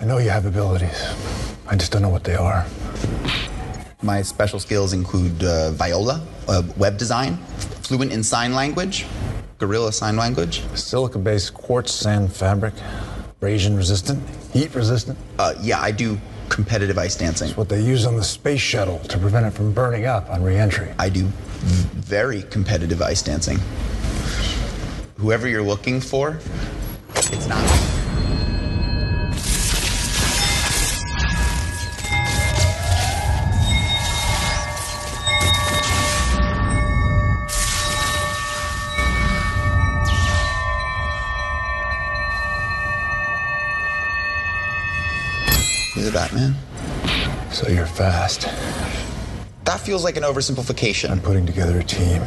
I know you have abilities. I just don't know what they are. My special skills include uh, Viola, uh, web design, fluent in sign language, gorilla sign language, Silica based quartz sand fabric, abrasion resistant, heat resistant. Uh, yeah, I do competitive ice dancing. What they use on the space shuttle to prevent it from burning up on re entry. I do v- very competitive ice dancing. Whoever you're looking for, it's not. You're the Batman. So you're fast. That feels like an oversimplification. I'm putting together a team.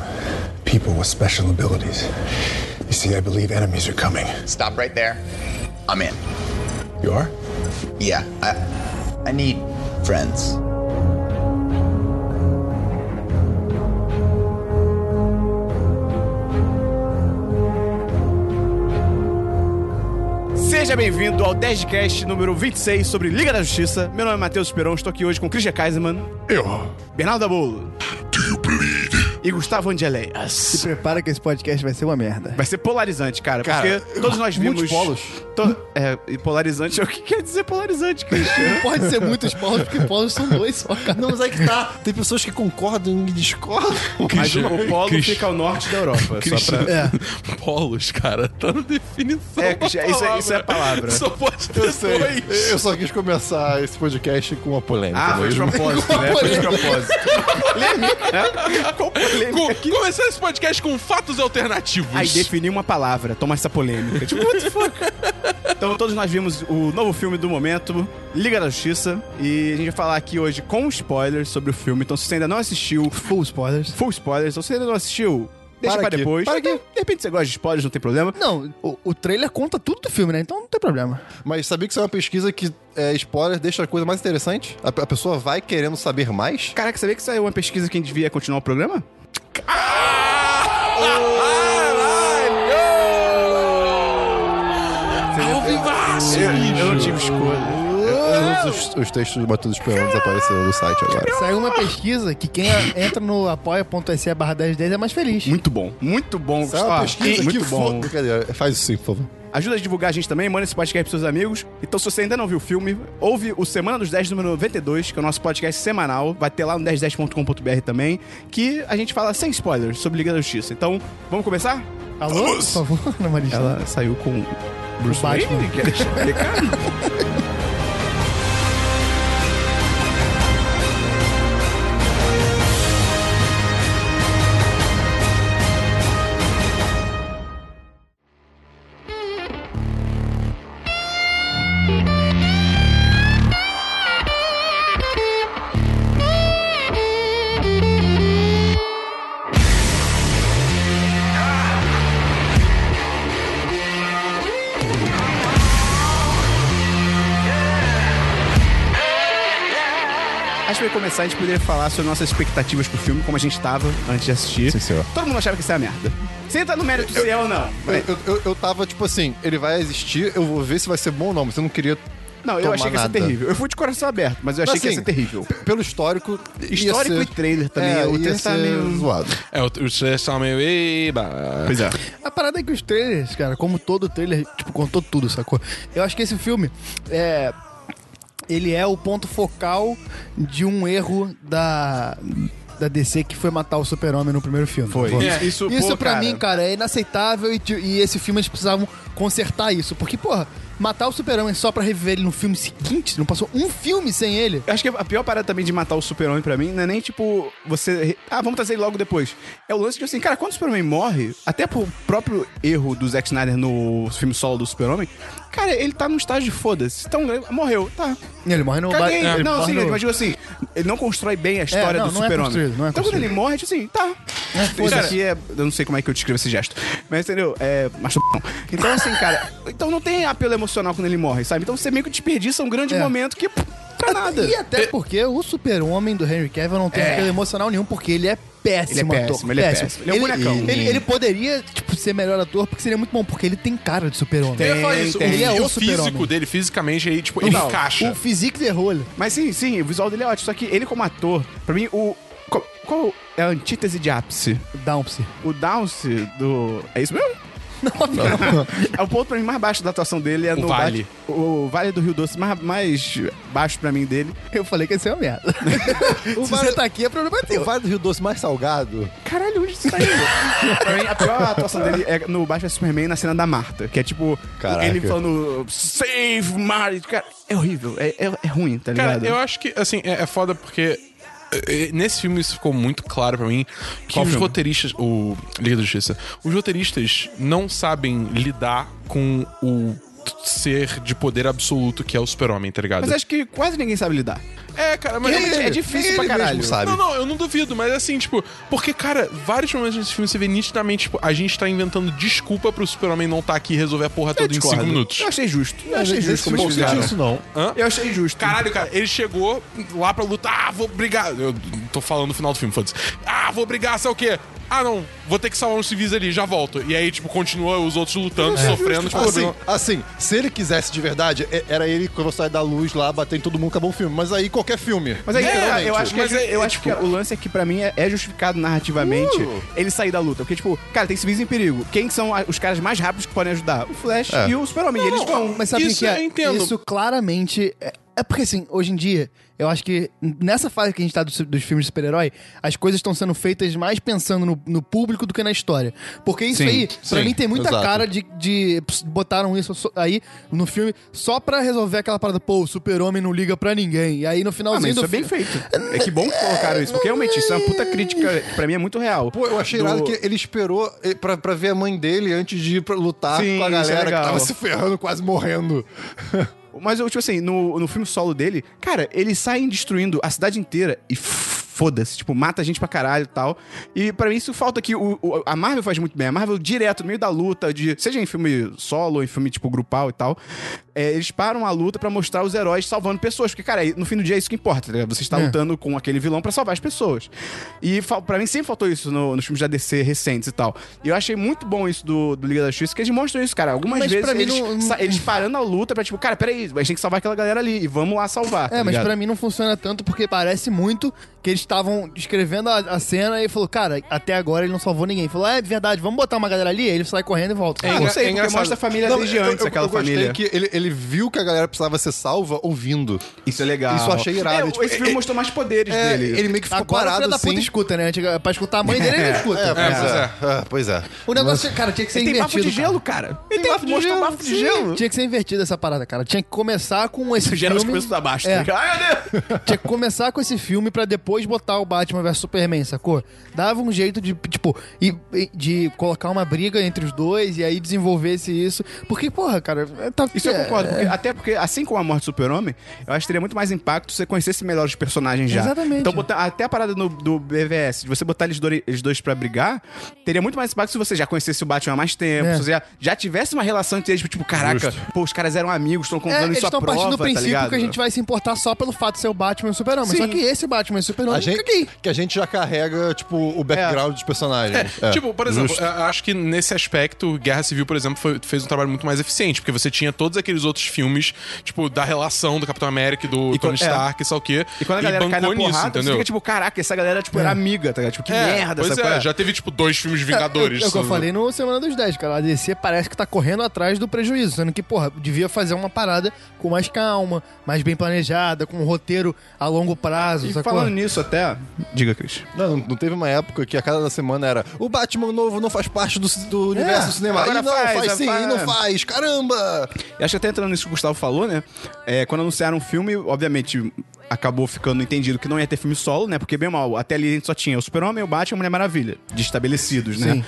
People with special abilities. You see, I believe enemies are coming. Stop right there. I'm in. You are? Yeah, I, I need friends. Seja bem-vindo ao 10cast número 26 sobre Liga da Justiça. Meu nome é Matheus Esperon, estou aqui hoje com Christian Kaiserman. Eu. Bernardo Abolo. E Gustavo Angeleias. Prepara que esse podcast vai ser uma merda. Vai ser polarizante, cara, Cara, porque todos nós vimos... muitos polos. To- É, e polarizante é o que quer dizer polarizante, Christian. Pode ser muitos polos, porque polos são dois só, cara. Não, mas aí que tá. Tem pessoas que concordam e discordam. Mas o, o polo Christian. É. fica ao norte da Europa, só pra... Polos, cara, tá na definição. É, da isso é- isso é- isso é a palavra. Só pode ter Eu sei. dois. Eu só quis começar esse podcast com uma polêmica. Ah, não foi é de mesmo? propósito, né? Foi de propósito. Co- Começar esse podcast com fatos alternativos. Aí definir uma palavra, toma essa polêmica. Tipo, what the fuck? Então todos nós vimos o novo filme do momento, Liga da Justiça, e a gente vai falar aqui hoje com spoilers sobre o filme. Então se você ainda não assistiu, Full spoilers. full spoilers, ou se você ainda não assistiu, deixa pra Para aqui, depois. para aqui. De repente você gosta de spoilers, não tem problema. Não, o, o trailer conta tudo do filme, né? Então não tem problema. Mas sabia que isso é uma pesquisa que é, spoiler deixa a coisa mais interessante? A, a pessoa vai querendo saber mais? Caraca, sabia que saiu uma pesquisa que a gente devia continuar o programa? Alvivaço, bicho. Eu não tive escolha. Todos os, os textos do Matuto Esperão desapareceram do site agora. Saiu uma pesquisa que quem a- entra no apoia.se barra 1010 é mais feliz. Muito bom, muito bom, Isso é Gustavo. uma pesquisa E- que muito foda. bom. Brincadeira, Faz isso sim, por favor. Ajuda a divulgar a gente também, manda esse podcast pros seus amigos. Então, se você ainda não viu o filme, ouve o Semana dos 10, número 92, que é o nosso podcast semanal. Vai ter lá no 1010.com.br também, que a gente fala sem spoilers sobre Liga da Justiça. Então, vamos começar? Alô? Por favor, não, Marista. Ela saiu com Bruce Batman. Wayne, que era explicado. Acho que vai começar a gente poderia falar sobre nossas expectativas pro filme, como a gente tava antes de assistir. Sim, senhor. Todo mundo achava que isso era merda. Você entra no mérito se é ou não. Eu, eu, eu- eu tava tipo assim, ele vai existir, eu vou ver se vai ser bom ou não, mas eu não queria. Não, eu tomar achei que ia ser nada. terrível. Eu fui de coração aberto, mas eu achei que ia Assim, ser terrível. p- Pelo histórico. ia Histórico ser- e trailer também. É, o ia trailer tá ser meio... zoado. É, o- os três são meio. Eba. Pois é. A parada é que os trailers, cara, como todo trailer, tipo, contou tudo, sacou? Eu acho que esse filme é. Ele é o ponto focal de um erro da. Da DC que foi matar o Super-Homem no primeiro filme. Foi. É, isso, Isso pô, pra cara. mim, cara, é inaceitável e, ti- e esse filme eles precisavam consertar isso. Porque, porra, matar o Super-Homem só pra reviver ele no filme seguinte, não passou um filme sem ele. Eu acho que a pior parada também de matar o super-homem pra mim não é nem tipo você. Ah, vamos trazer ele logo depois. É o lance de assim, cara, quando o super-homem morre, até por próprio erro do Zack Snyder no filme solo do super-homem, cara, ele tá num estágio de foda-se. Então, ele morreu, tá. Ele morre no Caguei. ele não, morre sim, no- mas digo assim, ele não constrói bem a história não, do não é super-homem. construído, não é então, quando ele morre, tipo assim, tá. Isso foda-se. aqui é. Eu não sei como é que eu descrevo esse gesto. Mas entendeu? É. Masturbação. Então, assim, cara. Então não tem apelo emocional quando ele morre, sabe? Então você meio que desperdiça um grande É. momento que. pff, Pra nada. É. E até porque o super-homem do Henry Cavill não tem apelo emocional nenhum, porque ele é péssimo, Ele é péssimo, ator. ele é péssimo. Ele é um bonecão. Ele, ele poderia, tipo, ser melhor ator, porque seria muito bom, porque ele tem cara de super-homem. Tem, Eu ia falar isso. tem. O, Ele é e o o físico super-homem. dele, fisicamente, aí, tipo, ele Não, encaixa. O physique de role. Mas sim, sim, o visual dele é ótimo. Só que ele, como ator, pra mim, o. Qual, qual é a antítese de ápice? Downse. O Dance do. É isso mesmo? é o ponto pra mim mais baixo da atuação dele é no vale. Bate- o Vale do Rio Doce, mais, mais baixo pra mim dele. Eu falei que ia ser uma merda. Se Vale- você tá aqui, é problema O teu. Vale do Rio Doce mais salgado. Caralho, onde isso tá indo? pra mim, a pior atuação dele é no Batman vs Superman na cena da Marta, que é tipo, Caraca. ele falando Save Marty. Cara, é horrível, é, é, é ruim, tá Cara, ligado? eu acho que, assim, é, é foda porque. eh, eh, Nesse filme isso ficou muito claro pra mim que os filme? roteiristas. O. Liga da Justiça. Os roteiristas não sabem lidar com o ser de poder absoluto que é o super-homem, tá ligado? Mas acho que quase ninguém sabe lidar. É, cara, mas Ele- é difícil pra caralho. Não, não, eu não duvido, mas assim, tipo, porque, cara, vários momentos nesse filme você vê nitidamente, tipo, a gente tá inventando desculpa pro super-homem não tá aqui e resolver a porra toda em 5 minutos. Eu achei justo. tipo, Eu achei justo como eles não fizeram. isso, não. Hã? Eu achei justo. Caralho, cara, ele chegou lá pra lutar. Ah, vou brigar. Eu tô falando no final do filme, foda-se. Ah, vou brigar, sei o quê. Ah, não, vou ter que salvar uns civis ali, já volto. E aí, tipo, continua os outros lutando, É, sofrendo. Tipo, Assim, assim, se ele quisesse de verdade, é- era ele com a velocidade da luz lá, bater em todo mundo, acabou o filme. Mas aí qualquer filme. Mas aí, cara, eu acho que, é Mas ju- é- eu é acho que o lance é que pra mim é, é justificado narrativamente ele sair da luta. Porque, tipo, cara, tem civis em perigo. Quem são a- os caras mais rápidos que podem ajudar? O Flash e o Super-Homem. E eles vão. Mas sabe o Isso que é? eu entendo. Isso claramente. É, é porque assim, hoje em dia, eu acho que nessa fase que a gente tá dos, dos filmes de super-herói, as coisas estão sendo feitas mais pensando no, no público do que na história. Porque isso Sim, aí, pra sim, mim, tem muita exato. cara de, de. ps- Botaram isso so- aí no filme só pra resolver aquela parada, pô, o super-homem não liga pra ninguém. E aí Ah, no mas finalzinho isso do é bem filme- feito. É que bom que colocaram isso. Porque realmente isso é uma puta crítica que pra mim é muito real. Pô, eu achei Do- irado que ele esperou eh, pra, pra ver a mãe dele antes de ir pra lutar Sim, com a isso é galera legal. que tava se ferrando, quase morrendo. Mas, eu, tipo assim, no, no filme solo dele, cara, eles saem destruindo a cidade inteira e foda-se, tipo, mata a gente pra caralho e tal. E pra mim isso falta que o, o- a Marvel faz muito bem. A Marvel direto, no meio da luta, de, seja em filme solo, em filme, tipo, grupal e tal, é, eles param a luta pra mostrar os heróis salvando pessoas. Porque, cara, no fim do dia é isso que importa, tá ligado? Você É. está lutando com aquele vilão pra salvar as pessoas. E fal- pra mim sempre faltou isso no- nos filmes da DC recentes e tal. E eu achei muito bom isso do, do Liga da Justiça, que eles mostram isso, cara. Algumas Mas vezes pra mim eles, não- sa- eles parando a luta pra tipo, cara, peraí, a gente tem que salvar aquela galera ali e vamos lá salvar. tá É, mas pra mim não funciona tanto porque parece muito que eles estavam escrevendo a, a cena e falou, cara, até agora ele não salvou ninguém. Falou, é verdade, vamos botar uma galera ali, aí ele sai correndo e volta. É, Ah, não sei, engra- porque engraçado. mostra a família desde eu- antes, eu- aquela eu gostei família. que ele, ele viu que a galera precisava ser salva ouvindo. Isso é legal. Isso eu achei irado. tipo, esse filme mostrou mais poderes é, dele. ele meio que ficou Agora o filho parado da puta assim. escuta, né? Antiga- Pra escutar a mãe dele, ele não escuta. É, pois é. Ah, pois é. O negócio, cara, tinha que ser Ele tem bafo invertido. de cara. gelo, cara. Ele tem bafo de gelo. bafo de gelo. Tinha que ser invertido essa parada, cara. Tinha que começar com esse Gera os filme. preços abaixo. É. É. Ai, meu Deus. Tinha que começar com esse filme pra depois botar o Batman vs Superman, sacou? Dava um jeito de, tipo, e- e- de colocar uma briga entre os dois e aí desenvolvesse isso. Porque, porra, cara, é, tá. Isso eu é, concordo. porque- até porque, assim como a morte do super-homem, eu acho que teria muito mais impacto se você conhecesse melhor os personagens já. Exatamente. Então, botar, até a parada no- do BVS, de você botar eles dois, eles dois pra brigar, teria muito mais impacto se você já conhecesse o Batman há mais tempo, É. se você já, já tivesse uma relação entre eles, tipo, tipo, caraca, pô, os caras eram amigos, estão É, contando eles isso à estão prova, partindo do tá princípio ligado? que a gente vai se importar só pelo fato de ser o Batman e o Super-Homem. Sim. Só que esse Batman e o A Super-Homem fica gente, aqui. que a gente já carrega, tipo, o background dos personagens. É. Tipo, por exemplo, eu acho que nesse aspecto, Guerra Civil, por exemplo, foi- fez um trabalho muito mais eficiente, porque você tinha todos aqueles outros filmes, tipo, da relação do Capitão América e do E Tony quan- é. Stark, e sei o quê. E quando a galera cai na bancou porrada, você fica tipo, caraca, essa galera tipo, era amiga, tá ligado? Tipo, que É, merda pois essa é, coisa. já teve, tipo, dois filmes de Vingadores. É, é o que eu sabe? falei no Semana dos 10, cara. A DC parece que tá correndo atrás do prejuízo, sendo que, porra, devia fazer uma parada com mais calma, mais bem planejada, com um roteiro a longo prazo, E sacou? falando nisso até... Diga, Cris. Não, não teve uma época que a cada semana era o Batman novo não faz parte do, do universo do cinema. É, agora E não, faz, faz, já sim, faz. e não faz. Caramba! E acho que até entrando nisso que o Gustavo falou, né? É, quando anunciaram o filme, obviamente acabou ficando entendido que não ia ter filme solo, né? Porque, bem ou mal, até ali a gente só tinha o Super-Homem, o Batman e a Mulher Maravilha, de estabelecidos, né? Sim.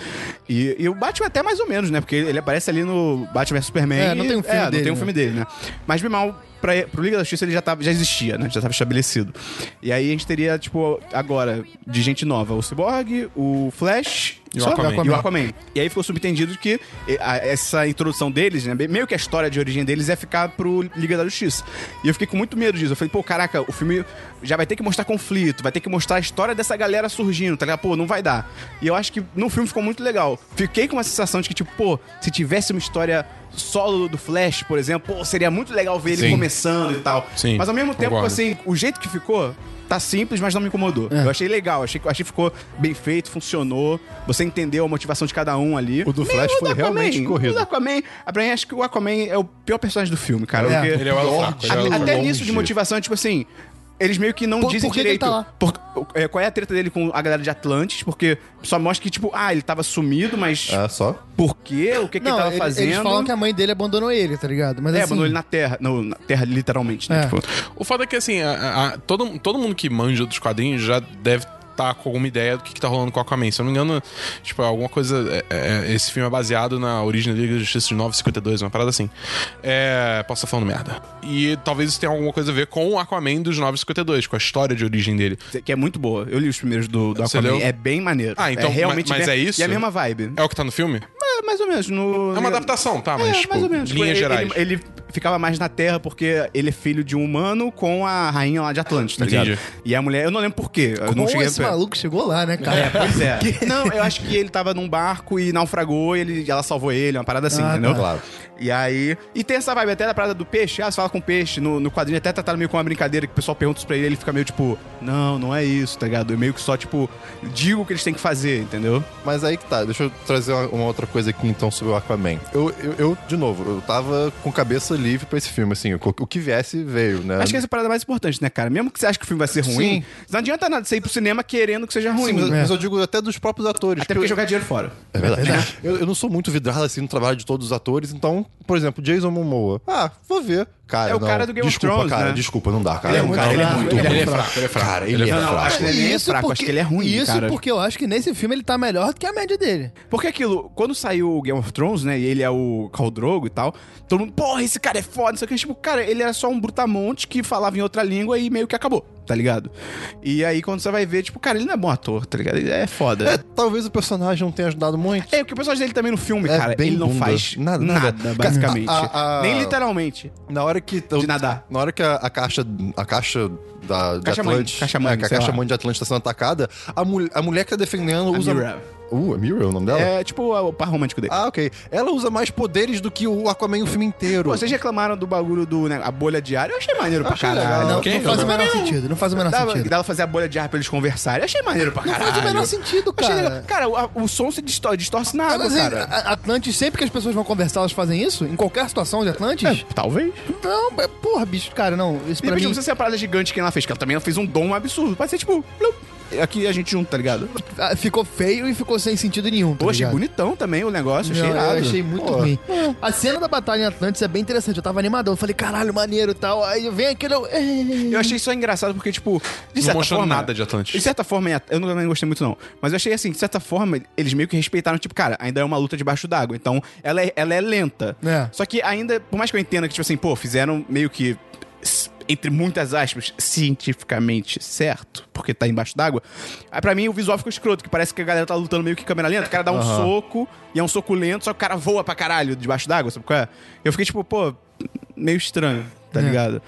E, e o Batman até mais ou menos, né? Porque ele aparece ali no Batman vs Superman. É, não tem um filme não dele, tem um né? filme dele, né? Mas, bem ou mal, pra, pro Liga da Justiça ele já, tava, já existia, né? Já tava estabelecido. E aí a gente teria, tipo, agora, de gente nova, o Cyborg, o Flash E o Só Aquaman. E o Aquaman. E aí ficou subentendido que eh, a- essa introdução deles, né, bem- meio que a história de origem deles é ficar pro Liga da Justiça. E eu fiquei com muito medo disso. Eu falei, pô, caraca, o filme já vai ter que mostrar conflito, vai ter que mostrar a história dessa galera surgindo, tá ligado? Pô, não vai dar. E eu acho que no filme ficou muito legal. Fiquei com uma sensação de que, tipo, pô, se tivesse uma história solo do Flash, por exemplo, pô, seria muito legal ver ele Sim. começando e tal. Sim, Mas ao mesmo tempo, concordo. assim, o jeito que ficou tá simples, mas não me incomodou. É. Eu achei legal, achei que achei que ficou bem feito, funcionou. Você entendeu a motivação de cada um ali. O do Nem Flash foi Aquaman, realmente corrido. O do Aquaman, ah, pra mim, acho que o Aquaman é o pior personagem do filme, cara. É. porque- Ele é o elo fraco. ele é o a- elo até fraco. nisso de motivação, tipo assim. Eles meio que não Por- dizem por que que ele direito. tá lá? por- é, qual é a treta dele com a galera de Atlantis? Porque só mostra que, tipo, ah, ele tava sumido, mas É, só. por quê? O que, que ele tava ele- fazendo? eles falam que a mãe dele abandonou ele, tá ligado? Mas É, assim, abandonou ele na Terra. Não, na Terra, literalmente, né? É. Tipo, O fato é que, assim, a- a- todo, todo mundo que manja dos quadrinhos já deve estar com alguma ideia do que, que tá rolando com o Aquaman. Se eu não me engano, tipo, alguma coisa. é- é- esse filme é baseado na origem da Liga da Justiça de 952, uma parada assim. É, posso estar falando merda. E talvez isso tenha alguma coisa a ver com o Aquaman dos 952, com a história de origem dele. que é muito boa. Eu li os primeiros do, do Você Aquaman. leu? É bem maneiro. Ah, então, é realmente mas- mas bem- é isso? E é a mesma vibe. É o que tá no filme? É, mais ou menos. No... É uma adaptação, tá? Mas, É, tipo, mais ou menos. linhas Tipo, ele- gerais. Ele, ele ficava mais na Terra porque ele é filho de um humano com a rainha lá de Atlantis, tá ligado? Entendi. E a mulher, eu não lembro por quê. Eu não como cheguei esse a... maluco chegou lá, né, cara? É, pois é. Não, eu acho que ele tava num barco e naufragou, e ele, ela salvou ele, uma parada assim, Ah, entendeu? tá. Claro. E aí. E tem essa vibe até da parada do peixe. Ah, você fala com peixe no, no quadrinho, até trataram meio com uma brincadeira que o pessoal pergunta isso pra ele, ele fica meio tipo, não, não é isso, tá ligado? Eu meio que só, tipo, digo o que eles têm que fazer, entendeu? Mas aí que tá, deixa eu trazer uma, uma outra coisa aqui então sobre o Aquaman. Eu, eu, eu, de novo, eu tava com cabeça livre pra esse filme, assim, o, co- o que viesse veio, né? Acho que essa é a parada mais importante, né, cara? Mesmo que você ache que o filme vai ser ruim, Sim. não adianta nada você ir pro cinema querendo que seja ruim. Sim, mas, né? mas eu digo até dos próprios atores. Até porque eu, jogar dinheiro fora. É verdade. Eu, eu não sou muito vidrado assim no trabalho de todos os atores, então, por exemplo, Jason Momoa. Ah, vou ver. Cara, É o não. cara do Game of desculpa, Thrones, cara, né? desculpa, não dá, cara. Ele é Um muito cara, fraco, ele é muito fraco, fraco. ele é fraco. Cara, ele é Não, não, fraco. acho que ele é nem Isso fraco, porque- acho que ele é ruim, Isso cara. porque eu acho que nesse filme ele tá melhor do que a média dele. Porque aquilo, quando saiu o Game of Thrones, né? E ele é o Khal Drogo e tal, todo mundo, porra, esse cara é foda, não sei o que. Tipo, cara, ele era só um brutamonte que falava em outra língua e meio que acabou, tá ligado? E aí quando você vai ver, tipo, cara, ele não é bom ator, tá ligado? Ele é É, foda. talvez o personagem não tenha ajudado muito. É, porque o personagem dele também no filme, É cara, bem ele não bunda. faz nada, Nada, nada. Cara, basicamente. a- a- Nem literalmente. Na hora que. De nadar. Na hora que a, a caixa. A caixa da de Caixa mãe, Atlante- caixa mãe, é, que a sei caixa lá. mãe de Atlante tá sendo atacada, a, mul- a mulher que tá defendendo usa. Mira. Uh, é Mira o nome dela? É tipo o par romântico dele. Ah, ok. Ela usa mais poderes do que o Aquaman o filme inteiro. Pô, vocês reclamaram do bagulho do né, a bolha de ar. Eu achei maneiro pra Achei caralho. legal. Não, ok, não faz não. o menor sentido. Não faz o menor Dava, sentido. dava fazer a bolha de ar pra eles conversarem. Eu achei maneiro pra Não caralho. faz o menor sentido, Achei cara. legal. Cara, o, a- o som se distor- distorce na Ah, água, mas assim, cara. a- Atlantis, sempre que as pessoas vão conversar, elas fazem isso? Em qualquer situação de Atlantis? É, Talvez. Não, é- porra, bicho, cara, não. Isso De pra repente não mim. precisa ser a parada gigante que ela fez, que ela também fez um dom absurdo. Pode ser tipo. plup, Aqui a gente junto, tá ligado? ah, Ficou feio e ficou sem sentido nenhum. Tá Pô, achei ligado? bonitão também o negócio, achei Não, irado. eu achei muito Pô, ruim. A cena da batalha em Atlantis é bem interessante. Eu tava animadão. Eu falei, caralho, maneiro e tal. Aí vem aquele. eu- Eu achei só engraçado porque, tipo, de certa mostrou forma, é nada de Atlantis. De certa forma, em At- eu não, não gostei muito, não. Mas eu achei assim, de certa forma, eles meio que respeitaram, tipo, cara, ainda é uma luta debaixo d'água. Então, ela é, ela é lenta. É. Só que ainda, por mais que eu entenda que, tipo assim, pô, fizeram meio que. s- Entre muitas aspas, cientificamente certo, porque tá embaixo d'água. Aí pra mim o visual ficou escroto, que parece que a galera tá lutando meio que câmera lenta. O cara dá um soco e é um soco lento, só que o cara voa pra caralho debaixo d'água, sabe qual é? Eu fiquei tipo, pô, meio estranho, tá ligado?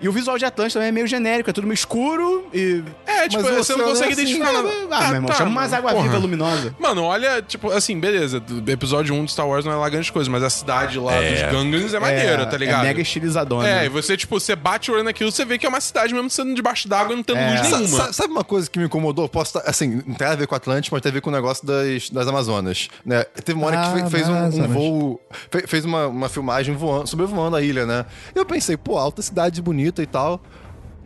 E o visual de Atlantis também é meio genérico, é tudo meio escuro e. É, tipo, Mas o você oceano não é consegue assim, identificar nada. Ah, meu irmão, chama mano. umas água Porra. viva luminosa. Mano, olha, tipo, assim, beleza, do episódio 1 de Star Wars não é lá grande coisa, mas a cidade lá dos Gungans é maneira, tá ligado? É mega estilizadona. É, É, e você, tipo, você bate o olho naquilo, você vê que é uma cidade mesmo sendo debaixo d'água e não É. tendo luz Sa- nenhuma. Tá, sa- sabe uma coisa que me incomodou? Posso tá, assim, não tem a ver com o Atlântico, mas tem a ver com o negócio das, das Amazonas. Né? Teve uma hora que fe- fez um- um, Amazonas. voo, fe- fez uma, uma filmagem voando, sobrevoando a ilha, né? Eu pensei, pô, alta cidade bonita e tal.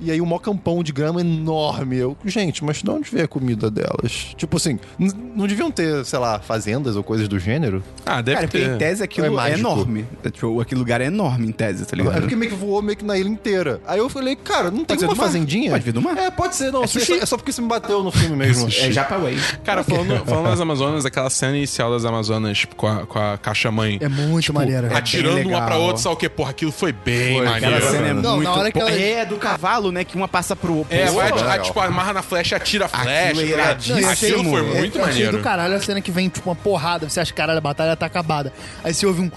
E aí um mó campão de grama enorme. Eu, gente, mas de onde veio a comida delas? Tipo assim, n- não deviam ter, sei lá, fazendas ou coisas do gênero? Ah, deve Cara, porque em tese É aquilo é, mágico. enorme. É, tipo, aquele lugar é enorme em tese, tá ligado? É porque meio que voou meio que na ilha inteira. Aí eu falei, cara, não tem ser uma do mar. fazendinha? Pode vir do mar. É, pode ser, não. É, só, sushi. é só porque isso me bateu no filme mesmo. É Japaway. Cara, falando, falando das Amazonas, aquela cena inicial das Amazonas tipo, com, a, com a caixa mãe. É muito maneiro. Atirando bem uma pra legal. outra, sabe o quê? Porra, aquilo foi bem Foi, maneiro. Aquela cena é Não, na muito. hora que pô- ela- É, do cavalo, martelo, né? Que uma passa pro. pro É, outro. vai, legal. a, tipo, amarra na flecha e atira a flecha. Aquilo é tá ligado? iradíssimo. É, Aquilo foi Eu muito eu achei maneiro. do caralho a cena que vem, tipo, uma porrada. Você acha, caralho, a batalha tá acabada. Aí você ouve um...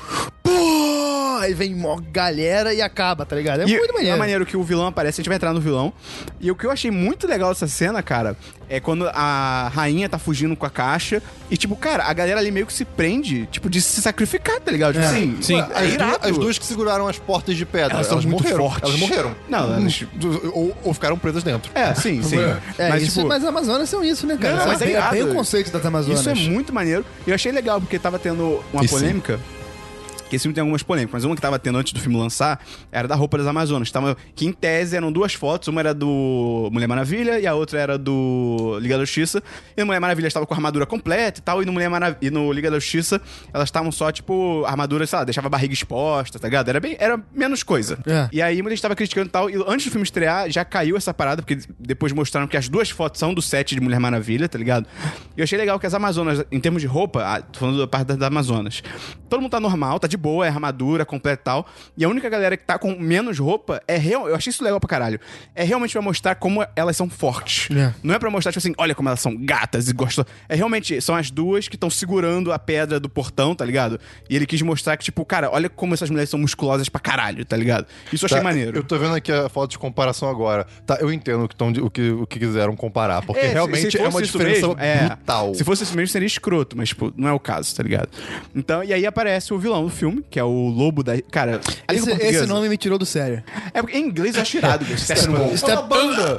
Pô! Aí vem mó galera e acaba, tá ligado? É E muito maneiro. É maneiro que o vilão aparece, a gente vai entrar no vilão. E o que eu achei muito legal dessa cena, cara, é quando a rainha tá fugindo com a caixa. E, tipo, cara, a galera ali meio que se prende, tipo, de se sacrificar, tá ligado? Tipo, assim, Sim. ué, é As, irado. duas, as duas que seguraram as portas de pedra. Elas são muito morreram. fortes. Elas morreram. Hum. Não, elas- Ou, ou ficaram presas dentro. É, sim, sim. É, mas, isso, tipo, mas as Amazonas são isso, né, cara? Não, Isso mas é é, bem, é irado. bem o conceito das Amazonas. Isso é muito maneiro. E eu achei legal, porque tava tendo uma E sim. polêmica. Que esse filme tem algumas polêmicas, mas uma que tava tendo antes do filme lançar era da roupa das Amazonas. Tava, que em tese eram duas fotos, uma era do Mulher Maravilha e a outra era do Liga da Justiça. E no Mulher Maravilha estava com a armadura completa e tal, e no, Mulher Marav e no Liga da Justiça elas estavam só, tipo, armadura, sei lá, deixava a barriga exposta, tá ligado? Era, bem, era menos coisa. É. E aí muita gente tava criticando e tal, e antes do filme estrear já caiu essa parada, porque depois mostraram que as duas fotos são do set de Mulher Maravilha, tá ligado? E eu achei legal que as Amazonas, em termos de roupa, ah, tô falando da parte das Amazonas, todo mundo tá normal, tá de boa, é armadura, completa e tal, e a única galera que tá com menos roupa é real, eu achei isso legal pra caralho, é realmente pra mostrar como elas são fortes. É. Não é pra mostrar, tipo assim, olha como elas são gatas e gostam. É realmente, são as duas que estão segurando a pedra do portão, tá ligado? E ele quis mostrar que, tipo, cara, olha como essas mulheres são musculosas pra caralho, tá ligado? Isso eu achei Tá, maneiro. Eu tô vendo aqui a foto de comparação agora. Tá, eu entendo o que, tão, de- o que, o que quiseram comparar, porque É, se- realmente se é fosse uma isso diferença mesmo, é. brutal. Se fosse isso mesmo, seria escroto, mas, tipo, não é o caso, tá ligado? Então, e aí aparece o vilão do filme, que é o lobo da. Cara, a língua Esse, portuguesa- esse nome me tirou do sério. É porque em inglês eu acho irado, bicho. Steppenwolf. Step-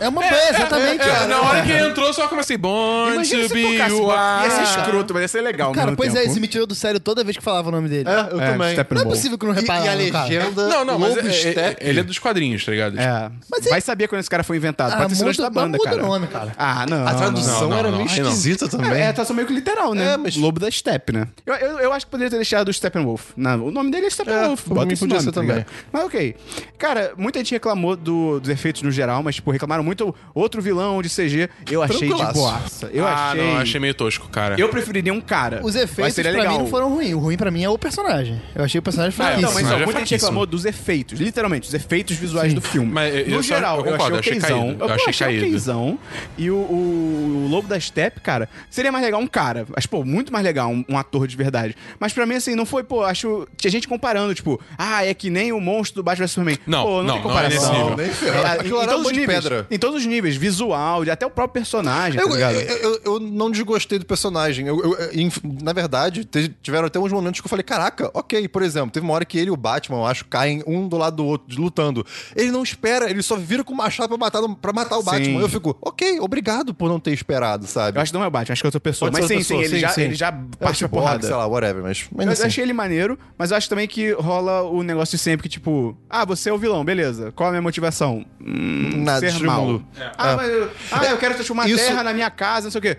É uma banda, exatamente. É, cara. na hora que entrou, só comecei, Born Imagina é to se be tocasse. you Ia are." ser escroto, mas ia ser legal, ao Cara, mesmo pois é, tempo. esse me tirou do sério toda vez que falava o nome dele. É, eu É, também. Não é Steppenwolf. possível que eu não E, repararam, e a cara. legenda. Não, não, mas Lobo é- é- Step- ele é dos quadrinhos, tá ligado? É. Mas é- Vai saber quando esse cara foi inventado. Ah, Pode ser muda- antes da mas banda, muda o cara. nome, cara. Ah, não. A não, tradução não, era não, meio aí não. esquisita também. É, tá só meio que literal, né? É, mas- Lobo da Steppe, né? Eu, eu, eu acho que poderia ter deixado o Steppenwolf. Não, o nome dele é Steppenwolf. É, É, pra bota mim esse podia nome, ser tá também. ligado? Mas ok. Cara, muita gente reclamou do- dos efeitos no geral, mas, tipo, reclamaram muito outro vilão de CG. Eu achei de Tranquilaço. boaça. Eu ah, achei... não, achei meio tosco, cara. Eu preferiria um cara. mas Os efeitos pra seria legal. mim não foram ruins. O ruim pra mim é o personagem. Eu achei o personagem Ah, fraquíssimo. Não, mas Isso, ó, mas é muita gente fraquíssimo. reclamou dos efeitos, literalmente, os efeitos visuais do filme. Mas, é, no eu só- geral, eu eu, concordo, achei eu achei okzão. caído, Eu, eu pô, achei achei caído. okzão. E o, o, o Lobo da Steppe, cara, seria mais legal um cara. Mas, pô, muito mais legal um, um ator de verdade. Mas pra mim, assim, não foi, pô, acho... Tinha gente comparando, tipo, ah, é que nem o monstro do Batman vs Superman. Não, pô, não, não, tem não é nesse comparação. nível. Nem ferrando. É, em, em Aquilo era todos uma os de níveis. pedra. Em todos os níveis, visual, de- até o próprio personagem, tá Eu, ligado? eu- eu- eu não desgostei do personagem. Eu- eu- eu- inf- na verdade, te- tiveram até uns momentos que eu falei: caraca, ok. Por exemplo, teve uma hora que ele e o Batman, eu acho, caem um do lado do outro, de- lutando. Ele não espera, ele só vira com o machado pra matar, pra matar o Batman. Eu fico: ok, obrigado por não ter esperado, sabe? Eu acho que não é o Batman, acho que é outra pessoa. Pode mas ser sim, outra sim, pessoa, ele, já, ele já É o parte pra Cyborg, porrada. Sei lá, whatever, mas. mas Eu assim. achei ele maneiro, mas eu acho também que rola o negócio de sempre que, tipo, ah, você é o vilão, beleza. Qual a minha motivação? Hum, Nada, ser destruir o mal. mundo. Ah, É. mas eu, ah, eu quero transformar Isso- a terra na minha casa, não sei o quê.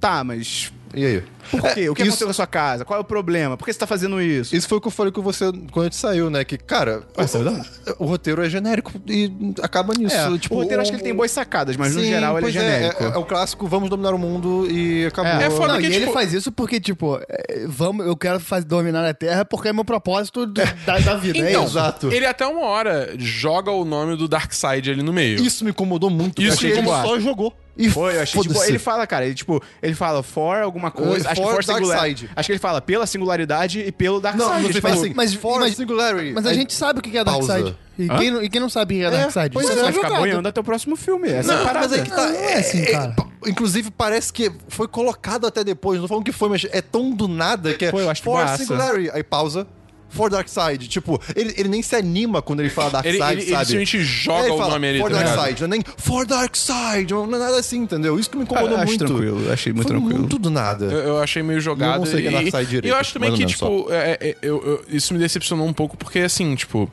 Tá, mas E aí? por quê? o que isso- aconteceu com a sua casa? Qual é o problema? Por que você tá fazendo isso? Isso foi o que eu falei com você quando a gente saiu, né? Que, cara, Ué, o- saiu da onde? o, roteiro é genérico e acaba nisso. É, tipo, o roteiro acho que ele tem boas sacadas, mas no Sim, geral ele é pois genérico. É, é o clássico, vamos dominar o mundo e acabou. É, É, é foda Não, que, e ele tipo, faz isso porque, tipo, é, vamos, eu quero faz- dominar a Terra porque é meu propósito do- da, da vida. é Então, isso. exato. ele até uma hora joga o nome do Darkseid ali no meio. Isso me incomodou muito. Isso achei me que ele incomodou. só jogou. E Foi, eu achei, tipo, foda-se. ele fala, cara, ele, tipo, ele fala for alguma coisa, Uh, acho que for for singular, Darkseid. acho que ele fala pela singularidade e pelo Darkseid. Não, mas ele tipo, fala assim, mas- for mas- singularity. Mas a Aí- gente sabe o que é Pausa. Darkseid. E quem, não- e quem não sabe o que é Darkseid? pois você Isso é, vai é ficar jogado. boiando até o próximo filme, essa é a Não, parada. mas é que tá. Não é assim, cara. p- inclusive, parece que foi colocado até depois. Não falam que foi, mas é tão do nada que é. Foi, eu acho que for boaça. Singularity. Aí pausa. For Darkseid. Tipo, ele, ele nem se anima quando ele fala Darkseid, Ele- sabe? ele- um ele simplesmente joga Aí o fala, nome ali, For tá ligado? Darkseid. Não é nem For Darkseid. Não é nada assim, entendeu? Isso que me incomodou Ah, acho muito. tranquilo, achei muito Foi tranquilo. Muito do nada. Eu, eu achei meio jogado. Eu não sei o que é e, Darkseid direito, e eu acho também mais que, ou menos, tipo, é- é- eu- eu- isso me decepcionou um pouco, porque assim, tipo,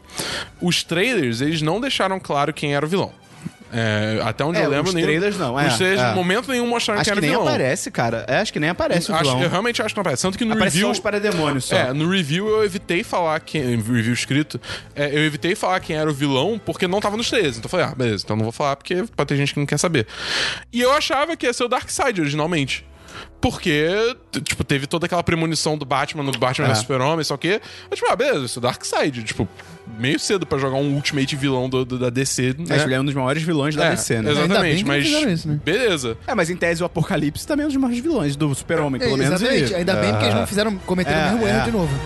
os trailers, eles não deixaram claro quem era o vilão. É, até onde É, eu lembro, os nenhum- trailers não, é, Os trailers, é. em momento nenhum, mostraram Acho quem que era nem o vilão. aparece, cara. É, acho que nem aparece o Acho- vilão. eu realmente acho que não aparece. Tanto que no Aparece só review. os parademônios só. É, no review eu evitei falar quem. Review escrito. é, eu evitei falar quem era o vilão porque não tava nos trailers. Então eu falei, ah, beleza, então não vou falar porque pode ter gente que não quer saber. E eu achava que ia ser o Darkseid originalmente. Porque, t- tipo, teve toda aquela premonição do Batman no É. Batman vs Super-Homem, só que. Mas, tipo, ah, beleza, isso é Darkseid. Tipo, meio cedo pra jogar um Ultimate vilão do, do- da DC. Né? Acho que ele é um dos maiores vilões da É, DC, né? Ainda bem Exatamente, que não mas. fizeram isso, né? Beleza. É, mas em tese o Apocalipse também é um dos maiores vilões do Super-Homem, pelo menos. Exatamente. ele. Ainda bem porque eles não fizeram cometeram É, o mesmo é. erro de novo.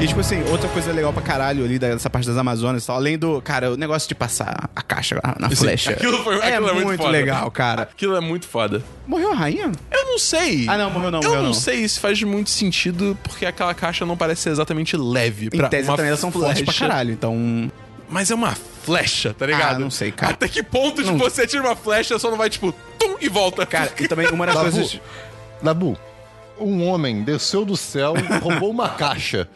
E tipo assim, outra coisa legal pra caralho ali dessa parte das Amazonas e tal, além do, cara, o negócio de passar a caixa na- na flecha. aquilo foi- aquilo é muito foda. legal, cara. Aquilo é muito foda. Morreu a rainha? Eu não sei. Ah, não, morreu não, Eu morreu não, não. sei se faz muito sentido, porque aquela caixa não parece ser exatamente leve. Em tese também elas são fortes pra flecha. caralho, então... Mas é uma flecha, tá ligado? Ah, não sei, cara. Até que ponto, tipo, você tira uma flecha, só não vai, tipo, tum, e volta. Cara, e também Tá uma das Dabu. coisas... Nabu, um homem desceu do céu, roubou uma caixa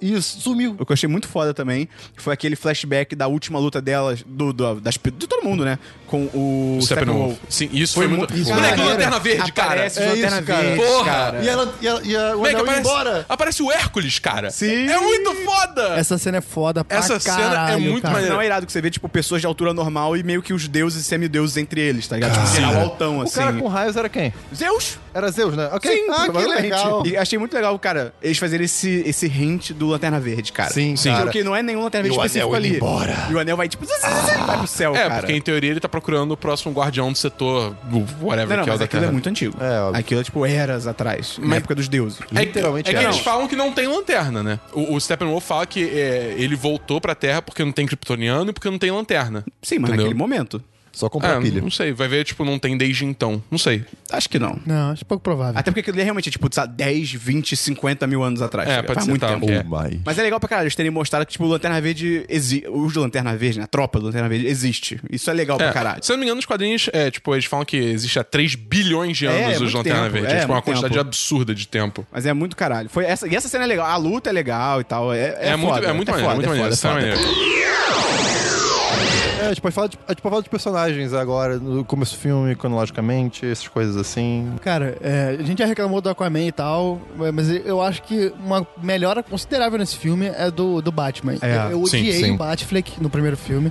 e sumiu. O que eu achei muito foda também foi aquele flashback da última luta delas, do, do- das, de todo mundo, né? Com o Steppenwolf. Sim, isso Foi é foi, muito- muito... isso Moleque, foi- lanterna verde, cara. Aparece É o isso, Lanterna cara. Verde, Porra! cara. E ela, e ela, e a, o Moleque, anel ia aparece, embora. aparece o Hércules, cara. Sim. É muito foda! Essa cena é foda pra Essa cena é caralho, muito cara. maneira. Não é irado que você vê, tipo, pessoas de altura normal e meio que os deuses e semideuses entre eles, tá ligado? Tipo, sei lá, o altão, O assim. cara com raios era quem? Zeus? Era Zeus, né? Ok. Sim, ah, que provavelmente. legal. E achei muito legal, cara, eles fazerem esse, esse hint do Lanterna Verde, cara. Sim, sim. Porque não é nenhum Lanterna E Verde o específico anel indo ali. embora. E o anel vai, tipo, vai pro céu, É, cara. porque em teoria ele tá procurando o próximo guardião do setor, do whatever Não, não, que é o mas da aquilo Terra. é muito antigo. É, óbvio. aquilo é, tipo, eras atrás, na Mas- época dos deuses. É que- Literalmente é que é. eles Não. falam que não tem lanterna, né? O, o Steppenwolf fala que é, ele voltou pra Terra porque não tem kryptoniano e porque não tem lanterna. Sim, mas Entendeu? naquele momento. Só comprar É, pilha. não sei. Vai ver, tipo, não tem desde então. Não sei. Acho que não. Não, acho pouco provável. Até porque aquilo ali é realmente, tipo, sabe, 10, 20, 50 mil anos atrás. tá É, ligado? pode Faz ser, muito tá. tempo. É. mais. Mas é legal pra caralho eles terem mostrado que, tipo, o Lanterna Verde existe. Os do Lanterna Verde, né? A tropa do Lanterna Verde existe. Isso é legal pra É, caralho. Se eu não me engano, nos quadrinhos, é, tipo, eles falam que existe há 3 bilhões de É, anos é os muito Lanterna tempo, Verde. é, É, tipo, uma muito quantidade tempo. absurda de tempo. Mas é muito caralho. Foi essa, e essa cena é legal. A luta é legal e tal. É, é, É, muito, foda. é muito maneiro, foda, é muito é maneiro. foda, isso é é foda. maneiro. É, a gente pode falar de, a gente pode falar de personagens agora, no começo do filme, cronologicamente, essas coisas assim. Cara, é, a gente já reclamou do Aquaman e tal, é, mas eu acho que uma melhora considerável nesse filme é do, do Batman. É, eu, eu sim, odiei sim. o Batfleck no primeiro filme.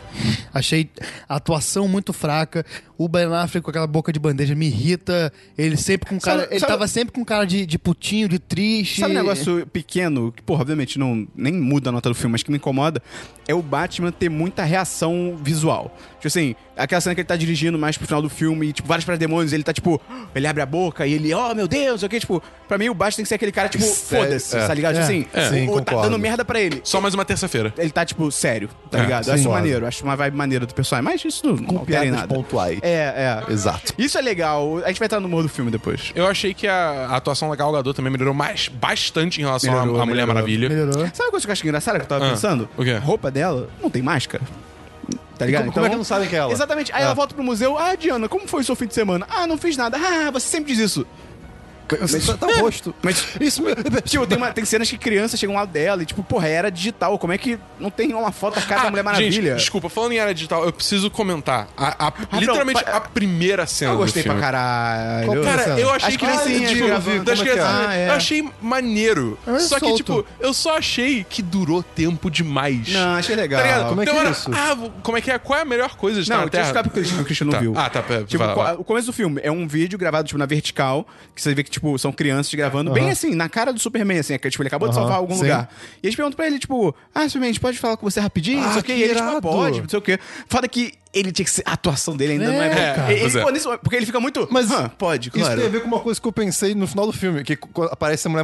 Achei a atuação muito fraca. O Ben Affleck com aquela boca de bandeja me irrita. Ele sempre com cara. Sabe- ele sabe- tava sempre com cara de, de putinho, de triste. Sabe um negócio pequeno, que, porra, obviamente não, nem muda a nota do filme, mas que me incomoda, é o Batman ter muita reação visual. Tipo assim, aquela cena que ele tá dirigindo mais pro final do filme, e, tipo, vários para demônios, ele tá tipo, ele abre a boca e ele, oh meu Deus, ok? Tipo, pra mim o Batman tem que ser aquele cara, tipo, é- foda-se, é. tá ligado? Tipo assim, É. Sim, ou tá concordo. dando merda pra ele. Só mais uma terça-feira. Ele tá, tipo, sério, tá É, ligado? sim. Eu acho Claro. maneiro, acho uma vibe maneira do personagem, mas isso não, não altera em Piadas nada. pontuais. É, é. Exato. Isso é legal. A gente vai estar no humor do filme depois. Eu achei que a, a atuação da Gal Gadot também melhorou mais, bastante em relação à- Melhorou, à Mulher melhorou. Maravilha. Melhorou. Sabe uma coisa que eu acho engraçada que eu tava Ah, pensando? o quê? A roupa dela não tem máscara. Tá ligado? como- como é que não sabem que é ela? Exatamente. Aí É. ela volta pro museu. Ah, Diana, como foi o seu fim de semana? Ah, não fiz nada. Ah, você sempre diz isso. Tá, tá o rosto. Mas, Isso mesmo. tipo, tem, uma- tem cenas que crianças chegam lá dela e, tipo, porra, era digital. Como é que não tem uma foto da cara Ah, da Mulher Maravilha? Ah, Gente, desculpa, falando em área digital, eu preciso comentar. A, a- não, literalmente pa- é- a primeira cena eu gostei do filme. pra caralho. Cara, eu achei As que criancinhas tipo, gravando, das como é que é? crianças, Ah, é. Eu achei maneiro. É só que, solto. tipo, eu só achei que durou tempo demais. Não, achei legal. Tá ligado? Como é que Então é era, isso? Ah, vo- como é que é? Qual é a melhor coisa de estar Não, na deixa eu Terra? explicar pro Christian, o Christian não Tá. viu. Ah, tá, pera, Tipo, vai lá, co- vai lá. o começo do filme é um vídeo gravado, tipo, na vertical, que você vê que, tipo, são crianças gravando, bem assim, na cara do Superman, assim, que, tipo, ele acabou de salvar algum sim. lugar. E eles perguntam pra ele, tipo, ah, Superman, a gente pode falar com você rapidinho? não sei o quê. que E ele, tipo, irado. "Ah, pode, não sei o quê. Foda que ele tinha que ser... A atuação dele ainda não é... É, Ele- pois ele- é. pô, nesse momento- porque ele fica muito... Mas "Hã, pode, Ah, Isso tem a claro. ver com uma coisa que eu pensei no final do filme, que co- aparece a Mulher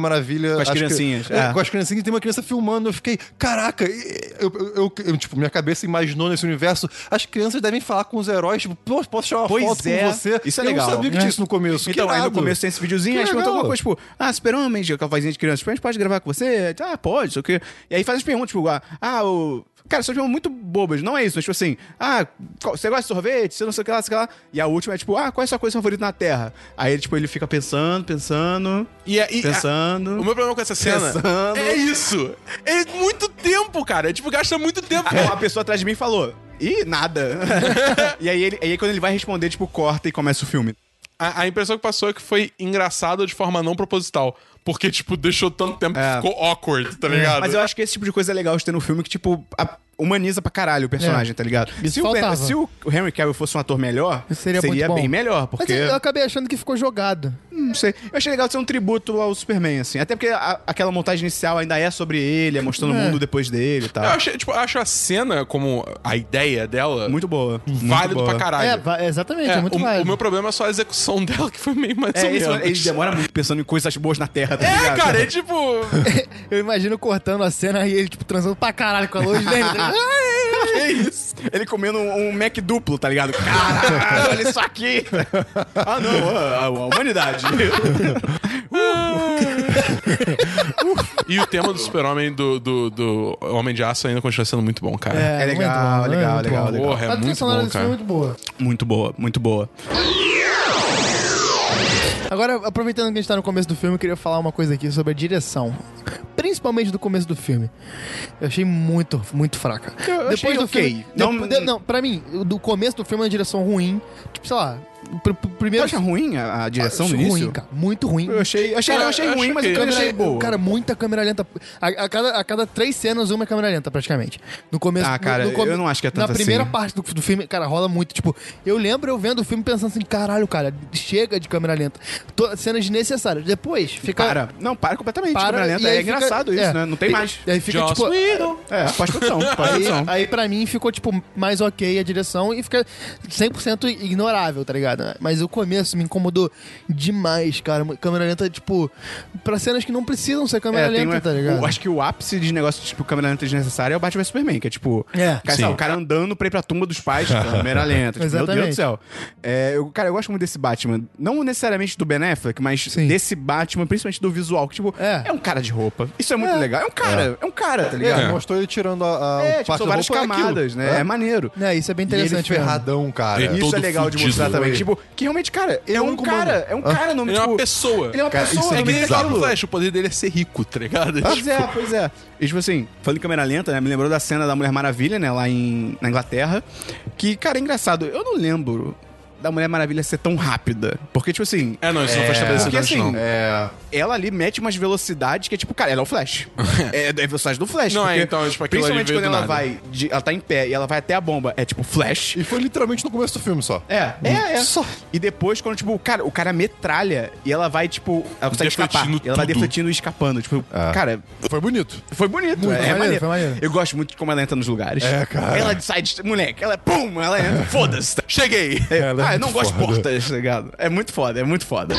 Com Maravilha. as acho que- criancinhas, é, é. Com as criancinhas e tem uma criança filmando. Eu fiquei, caraca, e- eu, eu- eu- eu, tipo, minha cabeça imaginou nesse universo. As crianças devem falar com os heróis, tipo, pô, posso tirar uma Pois foto é. com você. Isso é eu legal. não sabia que tinha isso no começo. Então, que aí no irado. começo tem esse videozinho, Que aí eles perguntam alguma legal. coisa, tipo, ah, super-homem, aquela vozinha de criança, super a gente pode gravar com você? Ah, pode, sei o quê. E aí faz as perguntas, tipo, ah, ah, o... Cara, são perguntas muito bobas, não é isso, mas tipo assim, ah, qual- você gosta de sorvete? Você não sei o que lá, sei o que lá. E a última é tipo, ah, qual é a sua coisa favorita na Terra? Aí, tipo, ele fica pensando, pensando, E aí- pensando... O meu problema com essa cena Pensando. é isso. É muito tempo, cara. É, tipo, gasta muito tempo. Aí uma pessoa atrás de mim falou, ih, nada. e aí, ele, aí quando ele vai responder, tipo, corta e começa o filme. A, a impressão que passou é que foi engraçado de forma não proposital. Porque, tipo, deixou tanto tempo É. que ficou awkward, tá ligado? Mas eu acho que esse tipo de coisa é legal de ter no filme que, tipo, a- humaniza pra caralho o personagem, É. tá ligado? Isso se, o Ben- faltava. se o Henry Cavill fosse um ator melhor, Isso seria seria, muito bom. bem melhor, porque... Mas é, eu acabei achando que ficou jogado. Não sei. Eu achei legal ser um tributo ao Superman, assim. Até porque a- aquela montagem inicial ainda é sobre ele, é mostrando o mundo depois dele e tal. Eu achei, tipo, eu acho a cena, como a ideia dela, Muito boa. muito válido boa. pra caralho. É, va- exatamente, é, Ah, É, muito o, válido. o meu problema é só a execução dela, que foi meio mais ou É, esse, menos. ele demora muito pensando em coisas boas na Terra, tá É, ligado? cara, é tipo. Eu imagino cortando a cena e ele, tipo, transando pra caralho com a luz né? dele. Que É isso? Ele comendo um, um Mac duplo, tá ligado? Caralho, olha isso aqui! Ah, não, a, a- a humanidade. E o tema do super-homem do, do, do Homem de Aço ainda continua sendo muito bom, cara. É legal, muito bom, legal, é muito legal, bom. legal. Porra, é a trilha muito sonora bom, desse filme é cara. muito boa. Muito boa, muito boa. Agora, aproveitando que a gente tá no começo do filme, eu queria falar uma coisa aqui sobre a direção. Principalmente do começo do filme. Eu achei muito, muito fraca. eu achei ok. filme. Não- Não, não, pra mim, do começo do filme é uma direção ruim. Tipo, sei lá, pr pr- Tu primeiro. acha ruim a, a direção no ruim, início? cara. Muito ruim. Eu achei, achei, Cara, eu achei eu ruim, acho mas que- eu também achei boa. Cara, muita câmera lenta. A, a cada, a cada três cenas, uma é câmera lenta, praticamente. No começo. Ah, cara, no, no come- eu não acho que é tanto Na primeira assim. parte do, do filme, cara, rola muito. Tipo, eu lembro eu vendo o filme pensando assim, caralho, cara, chega de câmera lenta. To- cenas desnecessárias. Depois, fica. Para. Não, para completamente. para, Câmera e lenta. aí É fica- engraçado isso, é. né? Não tem E- mais. E aí fica, Joss tipo. Whedon. É, pós-produção, Aí, é pós-produção. aí pra mim ficou, tipo, mais ok a direção e fica 100% ignorável, tá ligado? Mas o começo me incomodou demais, cara. Câmera lenta, tipo, pra cenas que não precisam ser câmera É, tem lenta, uma- tá ligado? o- acho que o ápice de negócio, tipo, câmera lenta desnecessária é o Batman vs Superman, que é tipo. É. cara, Sim. sei lá, o cara andando pra ir pra tumba dos pais, câmera lenta. Tipo, meu Deus Exatamente. do céu. É, eu- cara, eu gosto muito desse Batman. Não necessariamente do Ben Affleck, mas Sim. desse Batman, principalmente do visual. Que, tipo, É. é. um cara de roupa. Isso é muito legal. É um cara, é, um cara, tá ligado? É, mostrou ele tirando a, a É, parte tipo, são da várias roupa, é aquilo, camadas, né? né? É, maneiro. É, isso é bem E ele interessante. mesmo. ferradão, cara. É. Isso é todo legal de fudido. mostrar também. Foi. Tipo, que realmente, cara, é não um comanda. cara, é um cara no Ele é tipo, uma pessoa. Ele é uma Cara, pessoa, isso é no meio Ele é bizarro. tipo daquilo. Flash, o poder dele é ser rico, tá ligado? Pois é, pois é. E tipo assim, falando em câmera lenta, né? Me lembrou da cena da Mulher Maravilha, né? Lá em, na Inglaterra. Que, cara, é engraçado. Eu não lembro da Mulher Maravilha ser tão rápida. Porque, tipo assim. É, não, isso não foi estabelecido Porque antes, assim, não. É. ela ali mete umas velocidades que é tipo, cara, ela é o Flash. é, é a velocidade do Flash. Não, é, porque então, tipo, aquilo ali Principalmente veio quando do ela nada. vai. de- ela tá em pé e ela vai até a bomba. É tipo, Flash. E foi literalmente no começo do filme só. É, Hum. é, é. E depois, quando, tipo, o cara, o cara metralha e ela vai, tipo, ela consegue escapar. Defletindo E Ela vai tudo. defletindo e escapando. Tipo, É. cara, Foi bonito. foi bonito. é, foi maneiro, é maneiro. foi maneiro. Eu gosto muito de como ela entra nos lugares. É, cara. Ela sai de. Moleque, ela é pum, ela entra. Foda-se. tá? Cheguei. Ela é ah, eu não muito gosto de foda. portas, tá ligado? É muito foda, é muito foda.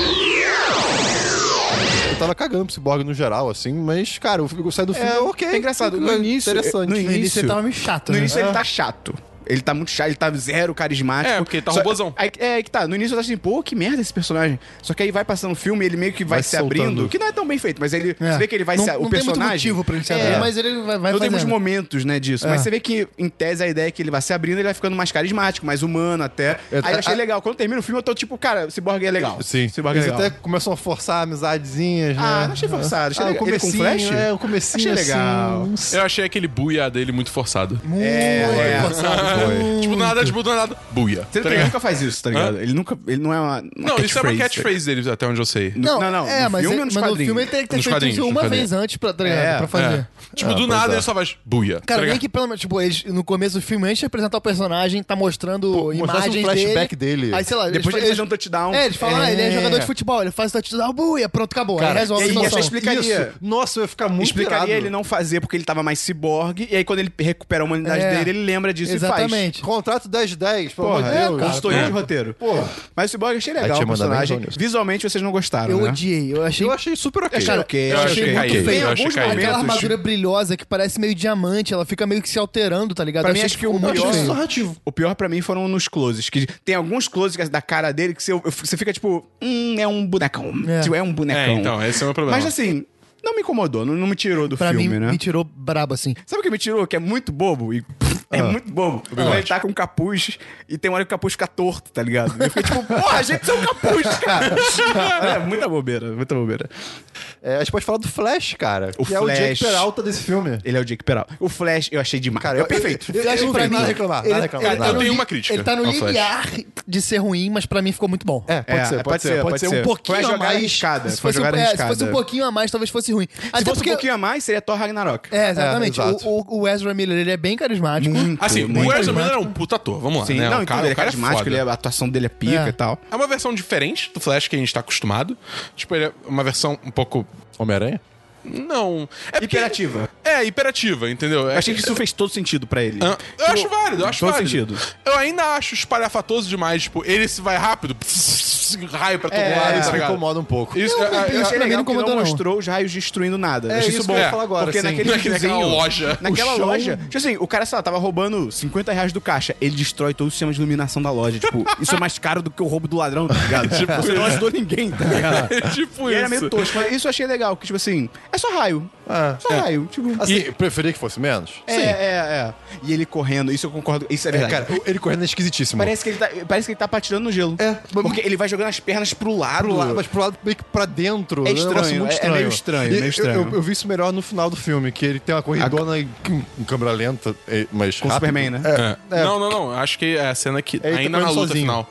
Eu tava cagando pro Cyborg no geral, assim, mas, cara, eu fico- eu saio do filme. ok. É engraçado. No É início. Interessante. No No início início. ele tava meio chato, No né? início ele tá chato. Ele tá muito chato, ele tá zero carismático. É, porque tá Só- robozão. Aí- é, aí que tá. No início eu tava assim, pô, que merda esse personagem. Só que aí vai passando o filme, ele meio que vai, Vai se soltando. abrindo. Que não é tão bem feito, mas ele. Você vê que ele vai não, se. não o personagem. tem muito motivo pra ele se É. abrir, mas ele vai, vai eu tenho muitos fazendo. momentos, né, disso. Mas você vê que, em tese, a ideia é que ele vai se abrindo, ele vai ficando mais carismático, mais humano até. Eu- aí eu achei a- legal. Quando termina o filme, eu tô tipo, cara, Cyborg é legal. Sim. Cyborg é Eles legal. até começam a forçar amizades, né? é. Ah, não achei forçado. Achei Ah, legal. o Ele com comecinho, flash? É, o comecinho Achei assim, legal. não sei. Eu achei aquele buia dele muito forçado. Muito é. forçado. Tipo, nada, tipo, do nada. Buia. Sendo tá que ele ligado? nunca faz isso, tá ligado? Ele nunca. Ele não é uma. uma Não, isso é uma tá catchphrase dele, até onde eu sei. No- Não, não, não, É, no mas, filme ele- ou nos mas no quadrinhos? filme ele teria que ter Nos feito quadrinhos, isso nos uma quadrinhos. vez antes pra, tá ligado? É, pra fazer. É. Tipo, do nada ele só faz buia. tá Cara, nem ligado? que pelo menos, tipo, eles, no começo do filme, antes de apresentar o personagem, tá mostrando mostrasse um imagens flashback dele. Aí, sei lá, Depois ele eles, faz um touchdown. É, eles falam, ah, ele é É. jogador de futebol, ele faz touchdown, buia, pronto, acabou. aí resolve e a aí situação. essa explicaria. Isso. Nossa, eu ia ficar muito Explicaria irado. ele não fazer porque ele tava mais ciborgue. E aí, quando ele recupera a humanidade É. dele, ele lembra disso Exatamente. Contrato 10-10, pelo e faz. amor de Porra, Deus. é, consultoria pô. de roteiro. Porra. Mas o Cyborg achei Aí legal tinha o mandado bem personagem. nisso. Visualmente vocês não gostaram, Eu né? odiei, eu achei. Eu achei super ok. Acharam que Eu achei muito caído, feio. eu achei Alguns caído. Aquela momentos- armadura brilhosa que parece meio diamante, ela fica meio que se alterando, tá ligado? Pra Eu mim, achei acho que o ficou muito melhor- feio. Isso é narrativo. O pior pra mim foram nos closes. Que tem alguns closes da cara dele que você, você fica tipo, hum, é um bonecão. É. Tipo, é um bonecão. É, então, esse é o meu problema. Mas assim, não me incomodou, não, não me tirou do Pra filme, mim, né? me tirou brabo, assim. Sabe o que me tirou? Que é muito bobo e. pff, É muito bobo. Quando ele tá com capuz e tem uma hora que o capuz fica torto, tá ligado? Eu fiquei tipo, porra, a gente é um capuz, cara. é, muita bobeira, muita bobeira. É, a gente pode falar do Flash, cara. O que é o Jake Flash. Peralta desse filme. Ele é o Jake Peral. O Flash eu achei demais. Cara, eu- é perfeito. eu- eu- Flash não pra vi mim. nada a reclamar, ele- nada a reclamar, ele tá nada. no Eu tenho li- uma crítica Ele tá no ao Flash. limiar de ser ruim, mas pra mim ficou muito bom. É, pode É, ser, é, pode, ser, pode ser. Um Foi a pouquinho a jogada mais. arriscada. Se Foi a fosse, um, jogada é, se arriscada. fosse um pouquinho a mais, talvez fosse ruim. Se Até fosse porque... um pouquinho a mais, seria Thor Ragnarok. É, exatamente. É, exato. o, o- o Ezra Miller, ele é bem carismático. Muito, Assim, muito o Ezra Miller é carismático. um puta ator, vamos lá. Sim, né? não, o então, cara, ele é o cara é carismático, foda. ele é- a atuação dele é pica É. e tal. É uma versão diferente do Flash que a gente tá acostumado. Tipo, ele é uma versão um pouco. Homem-Aranha? Não. É porque- Hiperativa. É, hiperativa, entendeu? Eu achei que isso fez todo sentido pra ele. Tipo, Ah, Eu acho válido, eu acho todo válido. sentido. Eu ainda acho espalhafatoso demais. Tipo, ele se vai rápido, raio pra todo lado. É, tá isso me ligado? incomoda um pouco. Isso, Não, não é, é, tem é, isso. Achei pra mim não legal que incomodou, não não. mostrou os raios destruindo nada. É, Achei isso que eu ia é, falar agora, Porque sim. naquele Naquela vizinho, loja. Naquela O chão- loja. Tipo assim, o cara, sei lá, tava roubando 50 reais do caixa. Ele destrói todo o sistema de iluminação da loja. Tipo, isso é mais caro do que o roubo do ladrão, tá ligado? tipo, você não ajudou ninguém, tá ligado? É tipo E isso. era meio tosco. Mas isso eu achei legal, que tipo assim, é só raio. Ah. Só raio. Tipo, Assim, eu preferia que fosse menos? é, é, é. E ele correndo, isso eu concordo. Isso é É, verdade. cara, o- ele correndo é esquisitíssimo. Parece que, ele tá, parece que ele tá patinando no gelo. É, mas- Porque ele vai jogando as pernas pro lado. pro lado, mas pro lado meio que pra dentro. É um negócio estranho, muito é- é meio estranho, E meio estranho. Eu, eu- eu vi isso melhor no final do filme, que ele tem uma corridona em, em câmera lenta, eh, mas Com o rápido. Superman, né? É. Não, não, não. Acho que é a cena que É, ele tá ainda na correndo luta sozinho. final.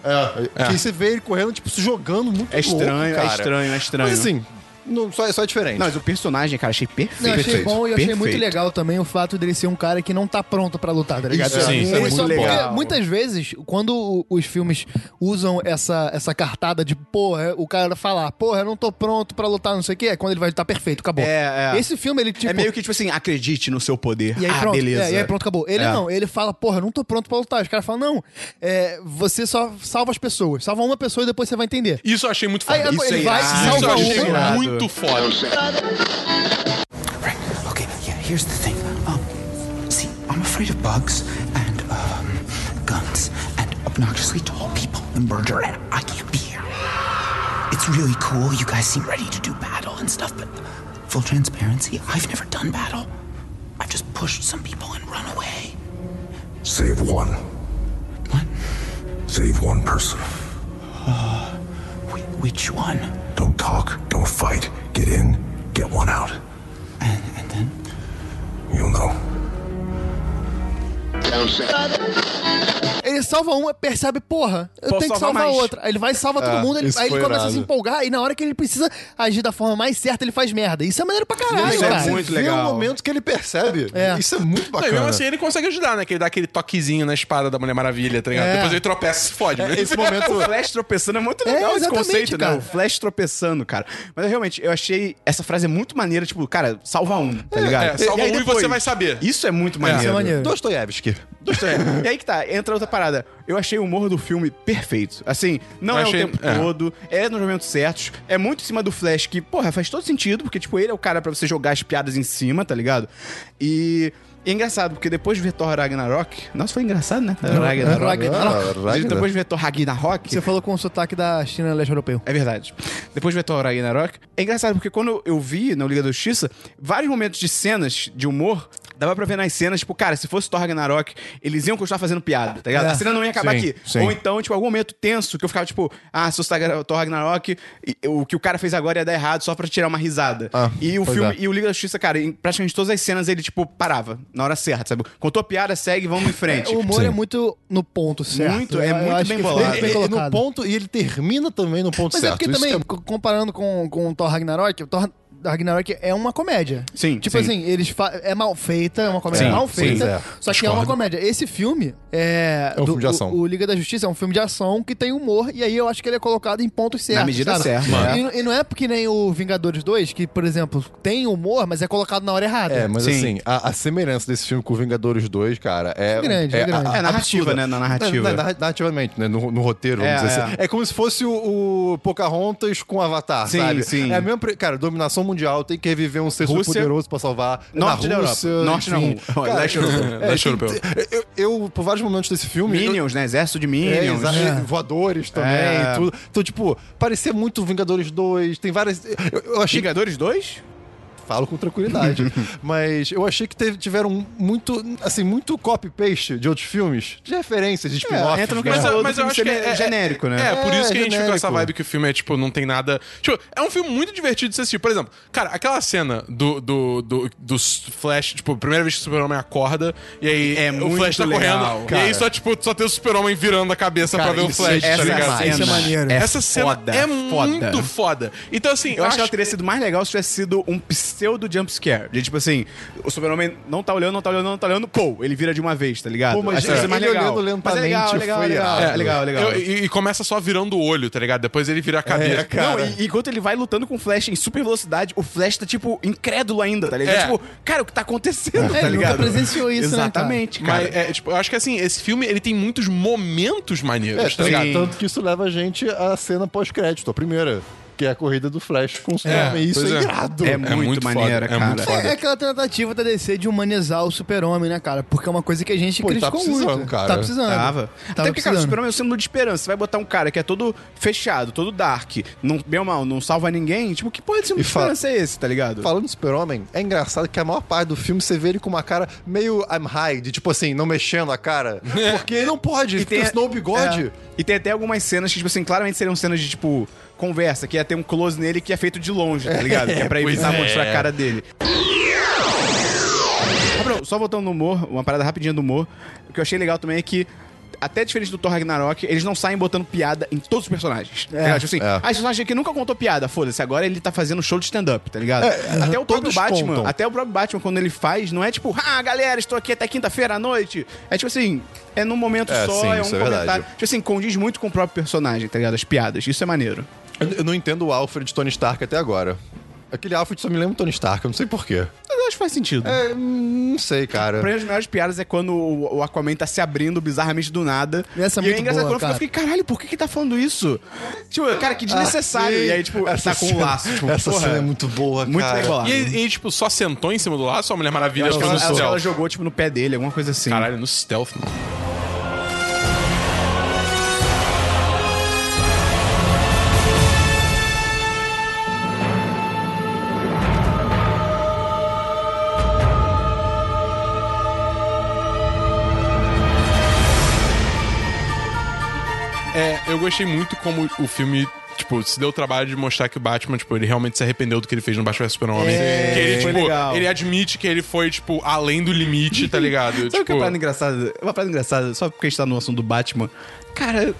É, É. Que você vê ele correndo, tipo, se jogando muito É estranho, louco, cara. é estranho, é estranho. Mas assim, não, só, só é diferente. Não, mas o personagem, cara, achei perfeito. Não, eu achei Perfeito. bom e eu achei muito Perfeito. legal também o fato dele ser um cara que não tá pronto pra lutar, tá ligado? Isso, Sim, isso é muito porque legal. Muitas vezes, quando o- os filmes usam essa, essa cartada de porra, é", o cara falar, porra, eu não tô pronto pra lutar, não sei o que, é quando ele vai estar perfeito, acabou. É, é. Esse filme, ele tipo. é meio que tipo assim, acredite no seu poder. E aí, ah, pronto, beleza. é, e aí pronto, acabou. Ele É. não, ele fala, porra, eu não tô pronto pra lutar. Os caras falam, não, é, você só salva as pessoas, salva uma pessoa e depois você vai entender. Isso eu achei muito Aí foda. ele isso é vai, irado. eu salva achei uma. irado. muito foda. Right. Okay. Yeah. Here's the thing. Um, see, I'm afraid of bugs and um, guns and obnoxiously tall people and murder and I can't be here. It's really cool. You guys seem ready to do battle and stuff, but full transparency, I've never done battle. I've just pushed some people and run away. Save one. What? Save one person. Wh- Uh, which one? Don't talk. Don't fight. Get in. Get one out. And, and then You'll know. Ele salva uma, percebe, porra, eu Posso tenho que salvar salvar a mais. outra. Aí ele vai salva todo É, mundo, ele- isso aí ele foi começa a irado. se empolgar, e na hora que ele precisa agir da forma mais certa, ele faz merda. Isso é maneiro pra caralho, Isso é cara. muito Vê legal. o momento que ele percebe. É. Isso é muito Não, e bacana. mesmo assim ele consegue ajudar, né? Que ele dá aquele toquezinho na espada da Mulher Maravilha, tá ligado? É. Depois ele tropeça e se fode. né? mas- Esse momento... O Flash tropeçando é muito É, legal esse exatamente, conceito, cara. né? O Flash tropeçando, cara. Mas realmente, eu achei essa frase é muito maneira, tipo, cara, salva um, tá ligado? é, salva aí um e depois, você vai saber. Isso é muito maneiro. Isso é maneiro. Dostoiévski. É. E aí que tá, entra outra parada. Eu achei o humor do filme perfeito. Assim, não Achei- é o tempo é. todo, é nos momentos certos, é muito em cima do Flash, que, porra, faz todo sentido, porque, tipo, ele é o cara pra você jogar as piadas em cima, tá ligado? E. e É engraçado, porque depois de ver Thor Ragnarok. Nossa, foi engraçado, né? Ragnarok. Ragnarok. Mas Depois de ver Thor Ragnarok. Você falou com o sotaque da China Leste Europeu. É verdade. Depois vai Thor Ragnarok. É engraçado porque quando eu vi na Liga da Justiça, vários momentos de cenas de humor, dava pra ver nas cenas, tipo, cara, se fosse Thor Ragnarok, eles iam continuar fazendo piada, tá ligado? É. A cena não ia acabar Sim, aqui. sim. Ou então, tipo, algum momento tenso que eu ficava, tipo, ah, se fosse Thor Ragnarok, e- o que o cara fez agora ia dar errado só pra tirar uma risada. Ah, e o pois filme, é. e o Liga da Justiça, cara, em praticamente todas as cenas ele, tipo, parava na hora certa, sabe? Contou a piada, segue, vamos em frente. O humor é muito no ponto certo. Muito, é Eu muito acho bem que foi bolado. muito Ele- bem ele- colocado. no ponto, e ele termina também no ponto Mas certo. é porque Isso também, que co- comparando com, com o Thor Ragnarok, o Thor Ragnarok é uma comédia. Sim, Tipo sim. assim, eles fa- é mal feita, é uma comédia Sim, mal sim, feita, é. só que é uma comédia. Esse filme é... É um filme de ação. O, o Liga da Justiça é um filme de ação que tem humor, e aí eu acho que ele é colocado em pontos certos. medida sabe? né? certa, E, e não é porque nem o Vingadores 2, que, por exemplo, tem humor, mas é colocado na hora errada. É, mas Sim. assim, a, a semelhança desse filme com o Vingadores 2, cara, é. Grande, grande. a- a- É narrativa, absurda. É, né? Na narrativa. Na- na- narrativamente, né? No, no roteiro, vamos É, dizer é. assim. É como se fosse o, o Pocahontas com Avatar, Sim, sabe? sim. É a mesma. pre- Cara, dominação mundial, tem que reviver um sexto Rússia. poderoso pra salvar. Norte na da Rússia, Europa. Norte não. enfim. Cara, Leste europeu. é, Leste tem- europeu. Eu, eu, por vários momentos desse filme. eu- Minions, né? Exército de é, Minions. exa- Voadores também, É. tudo. Então, tipo, parecia muito Vingadores 2, tem várias. Eu, eu achei Vingadores 2? falo com tranquilidade. Mas eu achei que teve- tiveram um muito, assim, muito copy-paste de outros filmes, de referências, de spin-offs. É, entra no né? que Mas, Mas eu- todo mas eu filme acho que gene- é, é- genérico, né? É, por É, isso que a gente fica com essa genérico. vibe que o filme é, tipo, não tem nada. Tipo, é um filme muito divertido de se assistir. Por exemplo, cara, aquela cena do, do, do, do Flash, tipo, primeira vez que o Super-Homem acorda, e aí É o muito Flash tá legal, correndo. cara. E aí só, tipo, só tem o Super-Homem virando a cabeça Cara, pra ver o isso- Flash, essa tá ligado? cena Isso é maneiro. é Essa cena foda, é foda. muito foda. Então, assim, Eu acho que ela teria sido mais legal se tivesse sido um pseudo jump scare. De tipo assim, o super-homem não tá olhando, não tá olhando, não tá olhando, pô, ele vira de uma vez, tá ligado? Pô, mas Acho que ia ser ele olhando Mas é legal, lentamente legal, foi legal, irado. é legal, legal. Eu- e, e começa só virando o olho, tá ligado? Depois ele É, vira a cabeça. cara. Não, e, enquanto ele vai lutando com o Flash em super velocidade, o Flash tá, tipo, incrédulo ainda, tá ligado? É. Tipo, cara, o que tá acontecendo, É, tá ele nunca ligado? presenciou isso, né, Exatamente, cara. Mas, é, tipo, eu acho que assim, esse filme ele tem muitos momentos É, maneiros, tá tanto- ligado? Tanto que isso leva a gente à cena pós-crédito, a primeira, que é a corrida do Flash com o É, Superman. E isso pois é, é. irado. É, É muito, muito maneira, foda, é cara. muito É, é aquela tentativa da DC de humanizar o super-homem, né, cara? Porque é uma coisa que a gente Pô, ele tá criticou precisando, muito. cara. Tá precisando. Tava. Até porque, cara, o precisando. Superman é o símbolo de esperança. Você vai botar um cara que é todo fechado, todo dark, não, bem ou mal, não salva ninguém. Tipo, que porra de símbolo E de fala- esperança é esse, tá ligado? Falando do Super-Homem, é engraçado que a maior parte do filme você vê ele com uma cara meio I'm high, de tipo assim, não mexendo a cara. Porque ele não pode, porque a- senão o bigode. é. E tem até algumas cenas que, tipo assim, claramente seriam cenas de, tipo, conversa, que ia ter um close nele que é feito de longe, tá ligado? que é pra evitar mostrar a cara dele. Gabriel, só voltando no humor, uma parada rapidinha do humor, o que eu achei legal também é que. Até diferente do Thor Ragnarok, eles não saem botando piada em todos os personagens. É. tá ligado? Tipo assim, ah, esse personagem aqui nunca contou piada, foda-se, agora ele tá fazendo show de stand-up, tá ligado? até o próprio É, todos Batman, contam. até o próprio Batman, quando ele faz, não é tipo, ah, galera, estou aqui até quinta-feira à noite. É tipo assim, é num momento É, só, sim, é um isso é comentário. verdade. Tipo assim, condiz muito com o próprio personagem, tá ligado? As piadas. Isso é maneiro. Eu, eu não entendo o Alfred Tony Stark até agora. Aquele Alfred só me lembra o Tony Stark, eu não sei porquê. Mas eu acho que faz sentido. É, hum, não sei, Pra cara. mim, as melhores piadas é quando o o Aquaman tá se abrindo bizarramente do nada. Essa é e aí muito engraçado boa, quando eu fiquei, caralho, por que que tá falando isso? Tipo, cara, que desnecessário. Ah, sim. e aí, tipo, Essa tá com um cena- laço. Tipo, essa porra, cena é muito boa, Muito cara. bem bolado. E, ele- ele, tipo, só sentou em cima do laço, a Mulher Maravilha acho que foi ela, no acho que ela stealth. jogou, tipo, no pé dele, alguma coisa assim. Caralho, no stealth, mano. É, eu gostei muito como o filme, tipo, se deu o trabalho de mostrar que o Batman, tipo, ele realmente se arrependeu do que ele fez no Batman vs Super-Homem. que ele, É, foi tipo, legal. ele admite que ele foi, tipo, além do limite, tá Sabe ligado? o que é tipo, uma parada engraçada? Uma parada engraçada, só porque a gente tá no assunto do Batman. Cara,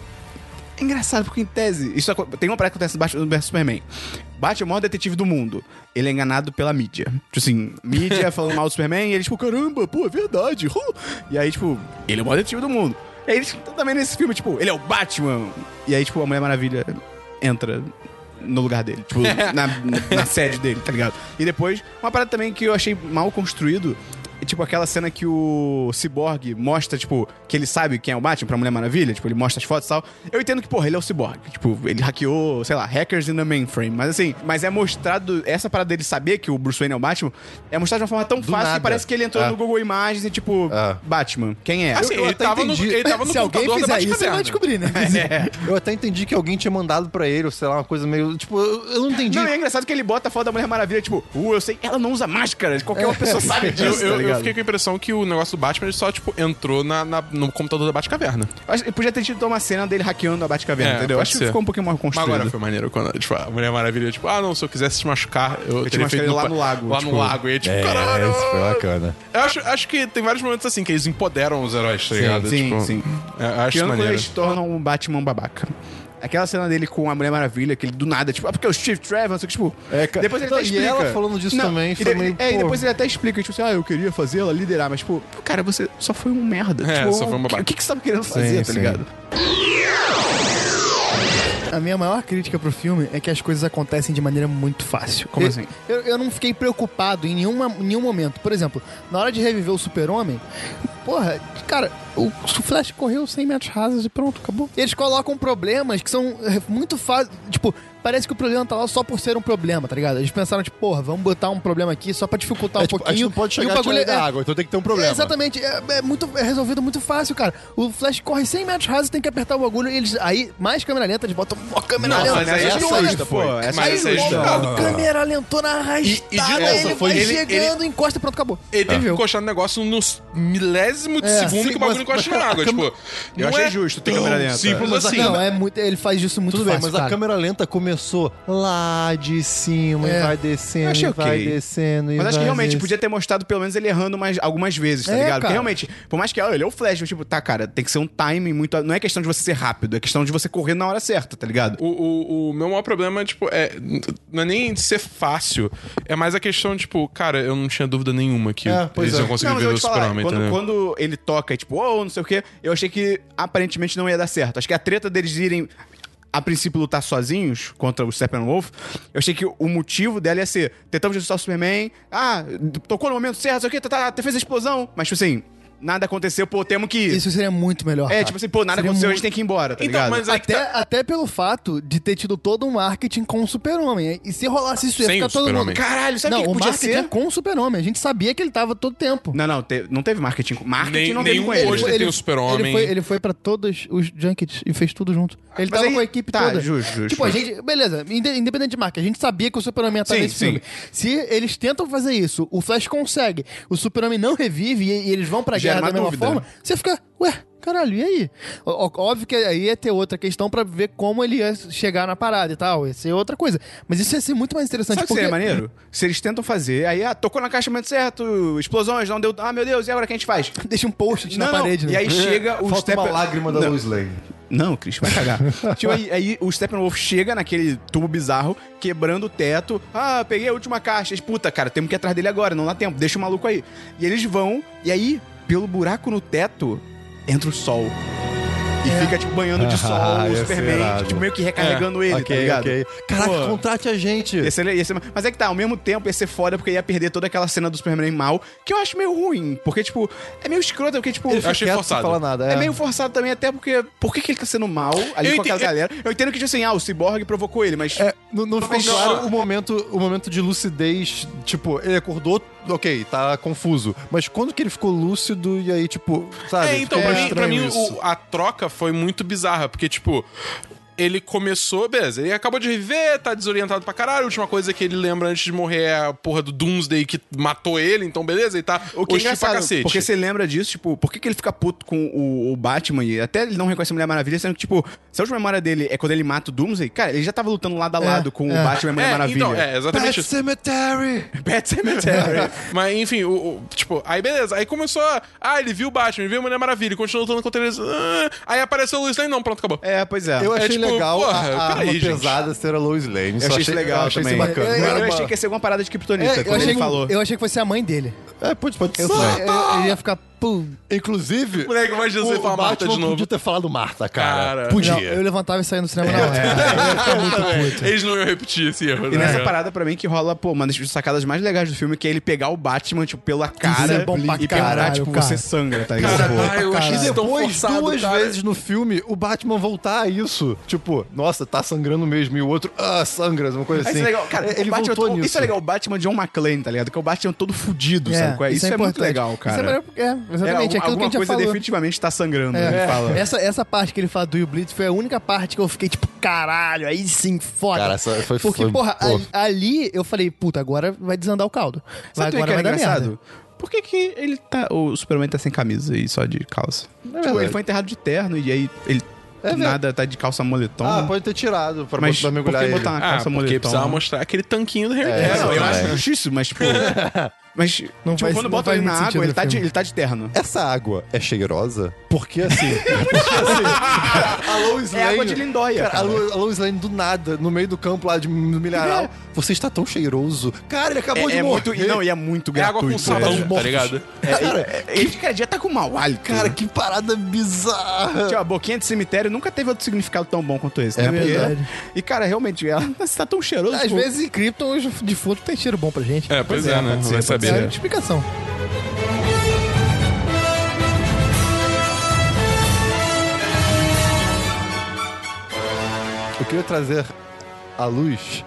é engraçado porque, em tese, isso aco- tem uma parada que acontece no Batman vs Superman. Batman é o maior detetive do mundo. Ele é enganado pela mídia. Tipo assim, mídia falando mal do Superman e ele, tipo, caramba, pô, é verdade. huh." E aí, tipo, ele é o maior detetive do mundo. E aí, eles tão também nesse filme, tipo, ele é o Batman. E aí, tipo, a Mulher Maravilha entra no lugar dele, tipo, na, na sede dele, tá ligado? E depois, uma parada também que eu achei mal construído é tipo aquela cena que o Cyborg mostra, tipo, que ele sabe quem é o Batman pra Mulher Maravilha, tipo, ele mostra as fotos e tal. Eu entendo que, porra, ele é o Cyborg. Tipo, ele hackeou, sei lá, hackers in the mainframe. Mas assim, mas é mostrado, essa parada dele saber que o Bruce Wayne é o Batman, é mostrado de uma forma tão fácil nada. que parece que ele entrou É. no Google Imagens e, tipo, É. Batman, quem é? Assim, Eu- eu ele, até tava no, entendi. ele tava no Se alguém computador da fizer isso, você Batcaverna. vai descobrir, né? É. Eu até entendi que alguém tinha mandado pra ele, ou sei lá, uma coisa meio. Tipo, eu, eu não entendi. Não, e é engraçado que ele bota a foto da Mulher Maravilha, tipo, uh, eu sei, ela não usa máscara, qualquer uma pessoa sabe É. Eu, disso, eu- tá ligado? eu fiquei com a impressão que o negócio do Batman ele só, tipo, entrou na, na- no computador da Batcaverna. Eu acho que podia ter tido uma cena dele hackeando a Batcaverna, É, entendeu? pode Acho que ser. ficou um pouquinho mais Mas construído. agora foi maneiro quando, tipo, a Mulher Maravilha, tipo, ah, não, se eu quisesse te machucar, eu, te teria machucaria feito lá pa- no lago, Lá tipo. no lago. E é, tipo, caralho. isso foi bacana. Eu acho, acho que tem vários momentos assim que eles empoderam os heróis, tá ligado? sim, tipo, sim. é, eu acho Que ano quando maneiro. eles tornam um Batman babaca. Aquela cena dele com a Mulher Maravilha, que ele do nada, tipo, ah, porque é o Steve Trevor, não sei o que, tipo. É, cara. Depois ele Não, até e explica. ela falando disso também e foi de- meio, É, e pô. depois ele até explica, tipo assim, ah, eu queria fazer ela liderar, mas, tipo, cara, você só foi um merda. É, tipo, só foi um o que- babaca. O que, que você tava querendo fazer, tá sim. ligado? A minha maior crítica pro filme é que as coisas acontecem de maneira muito fácil. Como Eu- assim? Eu, eu não fiquei preocupado em nenhuma, nenhum momento. Por exemplo, na hora de reviver o super-homem, porra, cara, o Flash correu 100 metros rasos e pronto, acabou. Eles colocam problemas que são é, muito fáceis. Tipo, parece que o problema tá lá só por ser um problema, tá ligado? Eles pensaram, tipo, porra, vamos botar um problema aqui só pra dificultar É, um tipo, a pouquinho. gente não pode chegar e o a bagulho tirar é- da água, então tem que ter um problema. é, exatamente, é, é muito, é resolvido muito fácil, cara. O Flash corre 100 metros rasos, tem que apertar o bagulho, e eles aí, mais câmera lenta, eles botam ó, câmera Não, lenta. mas aí é Eles não sexta, olham. pô. Essa Mas Aí é logo, sexta. cara, câmera lentona arrastada, E- e de novo, ele foi- vai ele- chegando, encosta, pronto, acabou. Ele Ah. Tá. teve um que Entendeu? encostar no negócio no s- milésimo de É. segundo Sim, que o mas- bagulho encosta na água. Tipo, eu achei justo ter câmera lenta. Simples Mas a assim. câmera- Não, é muito, ele faz isso muito Tudo bem, fácil, mas a cara. câmera lenta começou lá de cima É. e vai descendo, Eu achei e vai ok. descendo. e Mas acho que vai realmente descendo. podia ter mostrado pelo menos ele errando mais, algumas vezes, tá É, ligado? Porque cara. realmente, por mais que ah, ele é o Flash, eu, tipo, tá, cara, tem que ser um timing muito. Não é questão de você ser rápido, é questão de você correr na hora certa, tá ligado? O, o, o meu maior problema, tipo, é. Não é nem ser fácil. É mais a questão, tipo, cara, eu não tinha dúvida nenhuma que É, pois eles iam é. conseguir Não, mas eu vou ver o te falar, Superman, quando, entendeu? quando ele toca, tipo, ou não sei o quê, eu achei que aparentemente não ia dar certo. Acho que a treta deles irem. A princípio, lutar sozinhos contra o Steppenwolf, eu achei que o motivo dela ia ser: tentamos ajudar o Superman, ah, tocou no momento certo, não sei o quê, tá, tá, tá, fez a explosão, mas tipo assim, nada aconteceu, pô, temos que ir. Isso seria muito melhor. É, cara. tipo assim, pô, nada Seria aconteceu, a muito- gente tem que ir embora, tá Então, ligado? mas aí que Até, tá- até pelo fato de ter tido todo um marketing com o super-homem. E se rolasse isso, ia Sem ficar o todo mundo... Super-Homem. Caralho, sabe o não, que o podia marketing ser? é com o super-homem. A gente sabia que ele tava todo tempo. Não, não, te- não teve marketing. com- Marketing Nem- não teve nenhum com ele. hoje. Ele tem o Super-Homem. Ele foi, ele foi pra todos os junkets e fez tudo junto. Ele Mas tava aí- com a equipe tá, toda. justo, justo, tipo, a justo. gente... Beleza, inde- independente de marca, a gente sabia que o super-homem ia estar Sim, nesse sim. filme. Se eles tentam fazer isso, o Flash consegue, o super-homem não revive e, e eles vão pra Gera guerra uma da mesma dúvida. forma, você fica... Ué, caralho, e aí? Ó- ó- Óbvio que aí ia ter outra questão pra ver como ele ia chegar na parada e tal. Ia ser outra coisa. Mas isso ia ser muito mais interessante. Sabe o que porque... seria maneiro? Se eles tentam fazer, aí, ah, tocou na caixa no momento certo, explosões, não deu. Ah, meu Deus, e agora o que a gente faz? Deixa um post Não, na não, parede, né? E aí chega o Falta Steppen- uma lágrima da Não. Lois Lane. Não, Cris, vai cagar. tipo, aí, aí o Steppenwolf chega naquele tubo bizarro, quebrando o teto. Ah, peguei a última caixa. Eles, Puta, cara, temos que ir atrás dele agora, não dá tempo, deixa o maluco aí. E eles vão, e aí, pelo buraco no teto, entra o sol. E fica, tipo, banhando de sol É. Ah, o ia ser Superman, irado. É, tipo, meio que recarregando ele, tá ligado? Caraca, Pô. contrate a gente. Ia ser- ia ser- mas é que tá, ao mesmo tempo ia ser foda porque ia perder toda aquela cena do Superman mal, que eu acho meio ruim. Porque, tipo, é meio escroto, porque, tipo. fica achei Quieto, forçado. Não fala nada. É meio forçado também, até porque. Por que, que ele tá sendo mal ali Eu com ente- aquela galera? Eu entendo que, tipo assim, ah, o Cyborg provocou ele, mas. É, não, não ficou Mas não. claro o momento, o momento de lucidez. Tipo, ele acordou, ok, tá confuso. Mas quando que ele ficou lúcido e aí, tipo, sabe? É, então, ficou pra meio mim, pra mim, estranho isso. o- a troca foi muito bizarra, porque, tipo, ele começou, beleza, ele acabou de reviver, tá desorientado pra caralho, a última coisa que ele lembra antes de morrer é a porra do Doomsday que matou ele, então, beleza, ele tá O que é hostil pra engraçado, cacete. porque você lembra disso, tipo, por que, que ele fica puto com o, o Batman e até ele não reconhece a Mulher Maravilha, sendo que, tipo, se a última memória dele é quando ele mata o Doomsday, cara, ele já tava lutando lado a lado com o Batman e a Mulher é, Maravilha. é, então, é, exatamente isso. Cemetery! Pet Cemetery. Mas, enfim, o, o- tipo, aí beleza. Aí começou a... Ah, ele viu o Batman, ele viu a Mulher Maravilha, continuou lutando contra eles. Ah, aí apareceu o Luiz Lane, não, pronto, acabou. é, pois é. Eu achei tipo, legal porra, a, a peraí, arma gente. pesada ser a Lois Lane. Só Eu achei isso legal eu achei também. Isso bacana. Eu, Não eu era uma- achei que ia ser alguma parada de Kryptonita, É, quando ele achei- falou. Eu achei que fosse a mãe dele. É, pode, pode ser. Eu, eu- Ah! eu ia ficar. Pum. Inclusive, Moleque, imagina você o falar Batman Marta de novo. podia ter falado Marta, cara. Cara. Podia. É. Não, eu levantava e saía no cinema na hora. Eles não iam repetir esse erro, E né? nessa parada, pra mim, que rola, pô, uma das sacadas mais legais do filme, que é ele pegar o Batman, tipo, pela cara é bom pra e perguntar, caralho, tipo, cara. você sangra, tá ligado? Cara, Pô, ai, eu achei E isso tão depois, forçado, duas cara. vezes no filme, o Batman voltar a isso. Tipo, nossa, tá sangrando mesmo. E o outro, ah, sangra, uma coisa Isso assim. é legal, cara. É, o ele Batman, voltou todo- nisso. Isso é legal, o Batman John McClane, tá ligado? Que é o Batman todo fudido, sabe? qual é? Isso, é, muito importante. legal, cara. Isso é, melhor, é exatamente, é, alguma aquilo que a gente já coisa falou. definitivamente tá sangrando, É. ele fala. Essa, essa parte que ele fala do You Bleed foi a única parte que eu fiquei tipo, caralho, aí sim, foda. Cara, essa foi- Porque, foi- porra, pô. ali, ali eu falei, puta, agora vai desandar o caldo. Vai, Sabe o que agora é vai dar merda. engraçado? Por que, que ele tá. O Superman tá sem camisa e só de calça? Tipo, verdade. ele foi enterrado de terno e aí ele. É verdade. nada, tá de calça moletom. Ah, pode ter tirado pra mas botar- por mergulhar que ele. botar uma Ah, calça porque moletom? precisava mostrar aquele tanquinho do Harry É, Potter. não, eu né? acho justíssimo, mas, tipo. mas, Não tipo, faz- quando não bota faz ele muito na sentido água, no ele tá, de, filme. ele tá de terno. Essa água é cheirosa? Porque assim. porque, assim, a Lois É Lane- água de lindóia, Cara, a, cara. Lo- a Lois Lane do nada, no meio do campo lá de no milharal. Você está tão cheiroso. Cara, ele acabou de É, é morrer. muito, não, e é muito É gratuito. água com sabão, é. tá ligado? É, é, é, ele, cara, já tá com mau hálito. Cara, que parada Ah, bizarra. Tipo, a boquinha de cemitério nunca teve outro significado tão bom quanto esse, né? É Porque- verdade. E, cara, realmente, ela você tá tão cheiroso. Às pô. vezes em Krypton os defuntos tem cheiro bom pra gente. É, pois é, né? pode ser, Vai pode saber. É né? uma explicação. Eu queria trazer à luz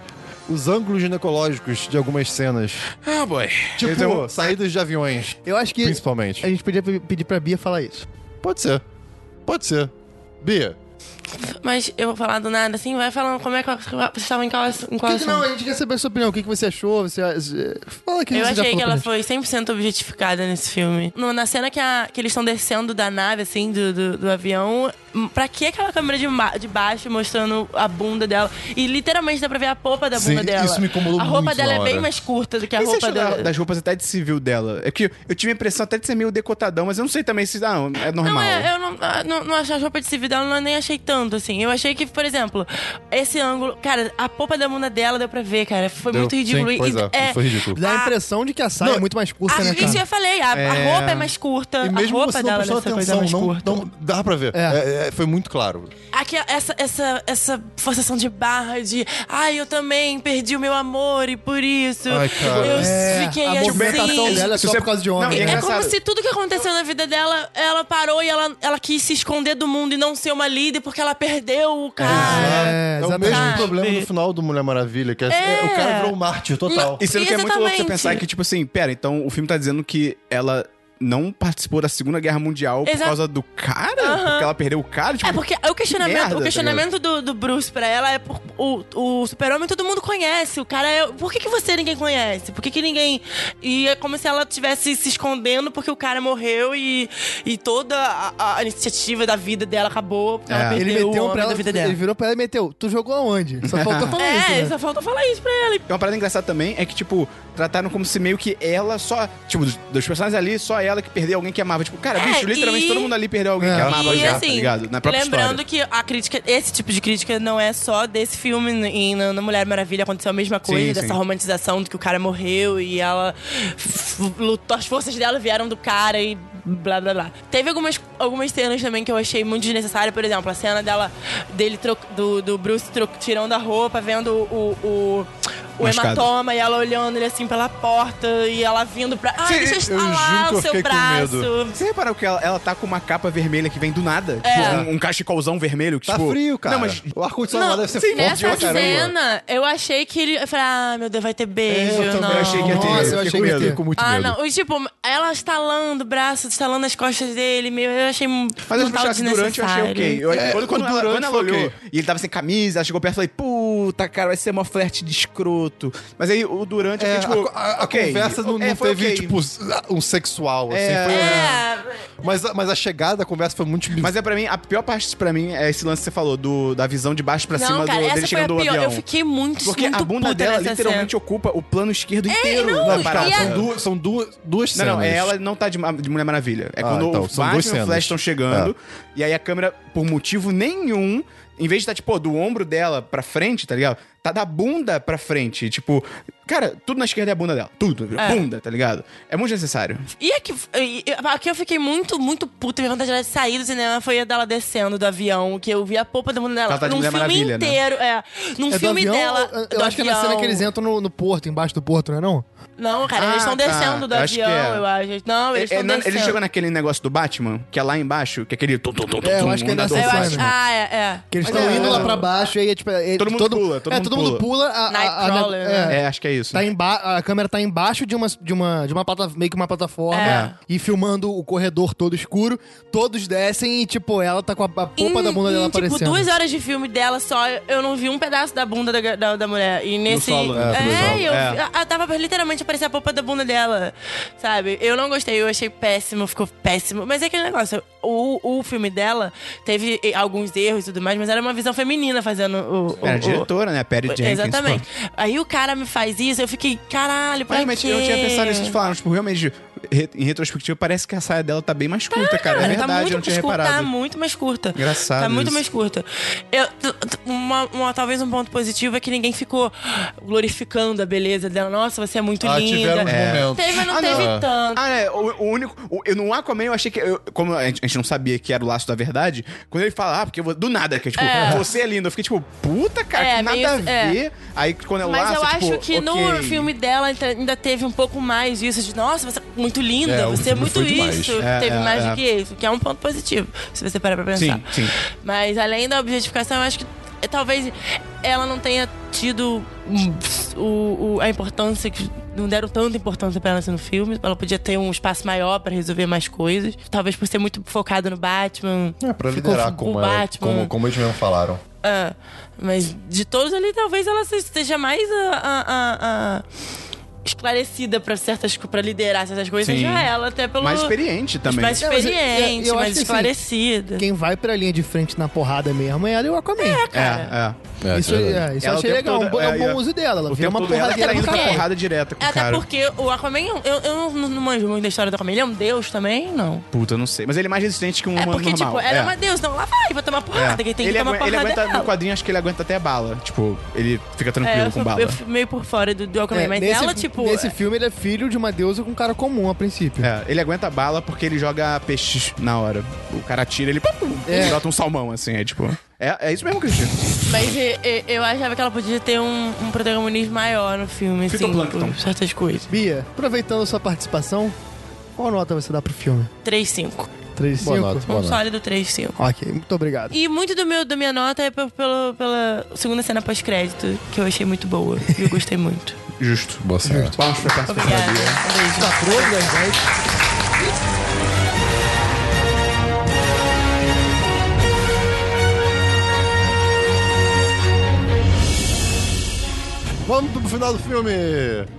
os ângulos ginecológicos de algumas cenas. Ah, boy. Tipo, Então- saídas de aviões. Eu acho que Principalmente. a gente podia pe- pedir pra Bia falar isso. Pode ser. Pode ser. Bia, Mas eu vou falar do nada, assim, vai falando como é que vocês estavam em qual, é em qual Que que não, assunto. a gente quer saber a sua opinião. O que, que você achou? Você, eh, fala que Eu você já achei falou que pra ela gente. foi 100% objetificada nesse filme. No- na cena que, a- que eles estão descendo da nave, assim, do, do, do avião, hum, pra que aquela câmera de, ma- de baixo mostrando a bunda dela? E literalmente dá pra ver a polpa da Sim, bunda dela. isso me incomodou A roupa muito dela na é bem hora. mais curta do que a O que você roupa achou da- dela. das roupas até de civil dela? É que eu tive a impressão até de ser meio decotadão, mas eu não sei também se ah, é normal. Não, é, eu não, ah, não, não achei a roupa de civil dela, não, nem achei tanto, assim. Eu achei que, por exemplo, esse ângulo. Cara, a polpa da bunda dela deu pra ver, cara. Foi Deu. muito ridículo. Sim, E- pois é, foi ridículo. Dá a Ah, impressão de que a saia é muito mais curta, ah, né, Isso eu cara? falei, a, a É. roupa é mais curta, e mesmo a roupa você não dela prestou dessa coisa é atenção, mais não, curta. não- dá pra ver. É. É, é, foi muito claro. Aqui, essa, essa, essa forçação de barra de ai, eu também perdi o meu amor e por isso Ai, cara. eu É, fiquei a movimentação assim. dela é Se só você- por causa de Não, homem. e é né? É como engraçado. se tudo que aconteceu na vida dela, ela parou e ela, ela quis se esconder do mundo e não ser uma líder porque ela perdeu o É, É, cara. o exatamente. mesmo Ah, problema Bia. do final do Mulher Maravilha, que é, É. o cara virou um mártir total. E sendo que é muito louco você Exatamente. pensar que, tipo assim, pera, então o filme tá dizendo que ela não participou da Segunda Guerra Mundial por Exa- causa do cara? Porque ela perdeu o cara? Tipo, É porque o questionamento, merda, o tá questionamento do, do Bruce pra ela é por, o, o super-homem todo mundo conhece. O cara é. Por que, que você ninguém conhece? Por que, que ninguém. E é como se ela estivesse se escondendo porque o cara morreu e, e toda a, a iniciativa da vida dela acabou. porque Ela É. perdeu Ele meteu o um pra homem ela, da vida ele dela. virou pra ela e meteu. Tu jogou aonde? Só faltou falar isso, É, né? só falta falar isso pra ela. E uma parada engraçada também é que, tipo, trataram como se meio que ela só. Tipo, dos, dos personagens ali, só ela que perdeu alguém que amava. Tipo, cara, É, bicho, literalmente e- todo mundo ali perdeu alguém que É. amava E já, tá assim, ligado? Na própria lembrando história. que a crítica, esse tipo de crítica não é só desse filme e na, na Mulher Maravilha aconteceu a mesma coisa, Sim, dessa sim. romantização de que o cara morreu e ela f- lutou, as forças dela vieram do cara e blá blá blá. Teve algumas, algumas cenas também que eu achei muito desnecessária, por exemplo, a cena dela dele tro- do, do Bruce tro- tirando a roupa, vendo o, o, o Machucado. hematoma e ela olhando ele assim pela porta e ela vindo pra. Ah, Sim, deixa eu eu estalar juro que o eu seu fiquei com braço. medo. Você reparou que ela, ela tá com uma capa vermelha que vem do nada? É. Tipo, um, um cachecolzão vermelho. Que, Tá tipo, frio, cara. Não, mas O ar-condicionado lá deve ser sim, forte pra nessa caramba. cena, eu achei que ele. Eu falei, ah, meu Deus, vai ter beijo. eu também não. É, achei que ia ter. Nossa, eu fiquei achei com que ia medo. ter. com muito Ah, medo. não. E, tipo, ela estalando o braço, estalando as costas dele, meio. Eu achei. Mas eu total achei que durante eu achei ok. tá Eu, desnecessário. quando, quando o ela, durante quando ela foi olhou ok. e ele tava sem camisa, ela chegou perto e falei, puta, cara, vai ser uma flerte de escroto. Mas aí o durante, eu É, fiquei, tipo, a, a- a ok. conversa não, É, não foi teve, ok. tipo, um sexual, assim. É. foi- É, Mas, a- mas a chegada da conversa foi muito... Mas é pra mim, a pior parte pra mim é esse lance que você falou, do, da visão de baixo pra cima não, cara, do, dele essa foi a chegando pior. do avião. Eu fiquei muito Porque muito a bunda puta dela é nessa literalmente cena. ocupa o plano esquerdo inteiro não, da e parada. a- São, duas, são duas, duas Não, cenas. não, é ela não tá de, ma- de Mulher Maravilha. É Ah, quando então, o são duas Batman e o cenas. Flash estão chegando, e aí a câmera, por motivo nenhum, em vez de estar, tipo, do ombro dela pra frente, tá ligado? Tá da bunda pra frente. Tipo, cara, tudo na esquerda é a bunda dela. Tudo. Bunda, tá ligado? É muito necessário. E aqui, e- e- a que eu fiquei muito, muito puta. Minha vontade era de sair do cinema foi a dela descendo do avião, que eu vi a polpa da bunda dela. Ela tá de num Mulher filme Maravilha, né? inteiro, é. Num É do filme avião, dela. eu- do Eu acho que é na cena avião. que eles entram no, no porto, embaixo do porto, não é não? Não, cara, eles Ah, estão tá. descendo do Eu acho que avião, é. eu acho. Não, eles É, é, estão na- descendo. ele chegou naquele negócio do Batman, que é lá embaixo, que é aquele. tum, tum, tum, tum, É, eu tum, acho que é onda nessa toda. Eu cena. acho. Ah, é, é. Que eles Mas estão é, indo é. lá pra baixo e aí, tipo... é, Todo mundo pula, todo é, mundo todo mundo pula. a- a- Nightcrawler, a- né? é. É, acho que é isso. Tá emba a câmera tá embaixo de uma, de uma, de uma plata- meio que uma plataforma É. e filmando o corredor todo escuro. Todos descem e, tipo, ela tá com a, a polpa Em- da bunda dela em, tipo, aparecendo. duas horas de filme dela só, eu não vi um pedaço da bunda da, da, da mulher. E nesse. solo, né? é, No solo, eu é. vi- a- a- tava pra literalmente aparecer a polpa da bunda dela. Sabe? Eu não gostei, eu achei péssimo, ficou péssimo. Mas é aquele negócio, o, o filme dela teve eh, alguns erros e tudo mais, mas era uma visão feminina fazendo o. o- É, a o- diretora, né? Perry Jenkins. Exatamente. pô. Aí o cara me faz isso, eu fiquei, caralho, pra É, Mas realmente, quê? eu tinha pensado nisso de falar, tipo, realmente, re- em retrospectiva, parece que a saia dela tá bem mais curta, cara. É Cara, verdade, tá muito eu não tinha mais curta, reparado. Tá muito mais curta. Engraçado Tá muito isso. mais curta. Eu, t- t- uma, uma- talvez um ponto positivo é que ninguém ficou glorificando a beleza dela. Nossa, você é muito Ah, linda. tiveram uns É. momentos. Teve, mas não Ah, não. teve tanto. Ah, é. O, o único. O, eu, no Aquaman eu achei que. eu- como a gente, a gente não sabia que era o laço da verdade, quando ele fala, ah, porque eu vou- do nada, que é tipo, você é lindo. Eu fiquei tipo, puta, cara, É, que nada meio- a é. ver. Aí quando é o Mas laço, eu acho tipo, que no ok. filme dela ainda- ainda teve um pouco mais disso, de nossa, você é muito linda, É, o você é filme muito foi demais. isso. É, teve é, mais é. do que isso, que é um ponto positivo, se você parar pra pensar. Sim, sim. Mas além da objetificação, eu acho que é, talvez ela não tenha tido hum, o, o- a importância que. Não deram tanta importância pra ela assim, no filme. Ela podia ter um espaço maior pra resolver mais coisas. Talvez por ser muito focada no Batman. É, pra Ficou liderar o como, é, Batman. como, como eles mesmo falaram. É, mas de todos ali, talvez ela se- seja mais ah, a, a- a- a- ah, esclarecida para certas para liderar certas coisas Sim. já ela até pelo Mais experiente também. mais É, mas eu- experiente, eu- eu acho mais que, assim, esclarecida. Quem vai pra linha de frente na porrada mesmo é ela e o Aquaman. É, é. É, Isso, verdade. é, isso eu Ela o achei tempo legal, todo- é um bo- é um é, bom é. uso dela. Ela O vira tempo uma todo ela porradeira tá do indo pra caralho. porrada direta com o Até cara. porque o Aquaman, eu, eu não, não manjo muito da história do Aquaman. Ele é um deus também? Não. Puta, não sei. Mas ele é mais resistente que um é humano porque, normal. tipo, ela é. É. uma deus, não. Lá vai, vai tomar porrada. Quem Ah, tem que ele, tomar agu- ele porrada aguenta é ela. no quadrinho, acho que ele aguenta até bala. Tipo, ele fica É, tranquilo eu, com fui- bala. eu fui meio por fora do, do Aquaman. É, mas nesse, ela, tipo... nesse filme ele é filho de uma deusa com um cara comum a princípio. É, ele aguenta bala porque ele joga peixes na hora. O cara atira, ele É. brota um salmão, assim. É tipo. É, é isso mesmo, Cristian. Mas e- e- eu achava que ela podia ter um, um protagonismo maior no filme, assim, Fitoplâncton. por certas coisas. Bia, aproveitando a sua participação, qual nota você dá pro filme? 3,5. 3, 5? nota. Um Boa sólido 3,5. Ok, muito obrigado. E muito do meu, da minha nota é pe- pelo, pela segunda cena pós-crédito, que eu achei muito boa. e eu gostei muito. Justo. Boa sorte. Palmas pra participação. Obrigada. Um beijo. Patroa das dez. Vamos pro final do filme!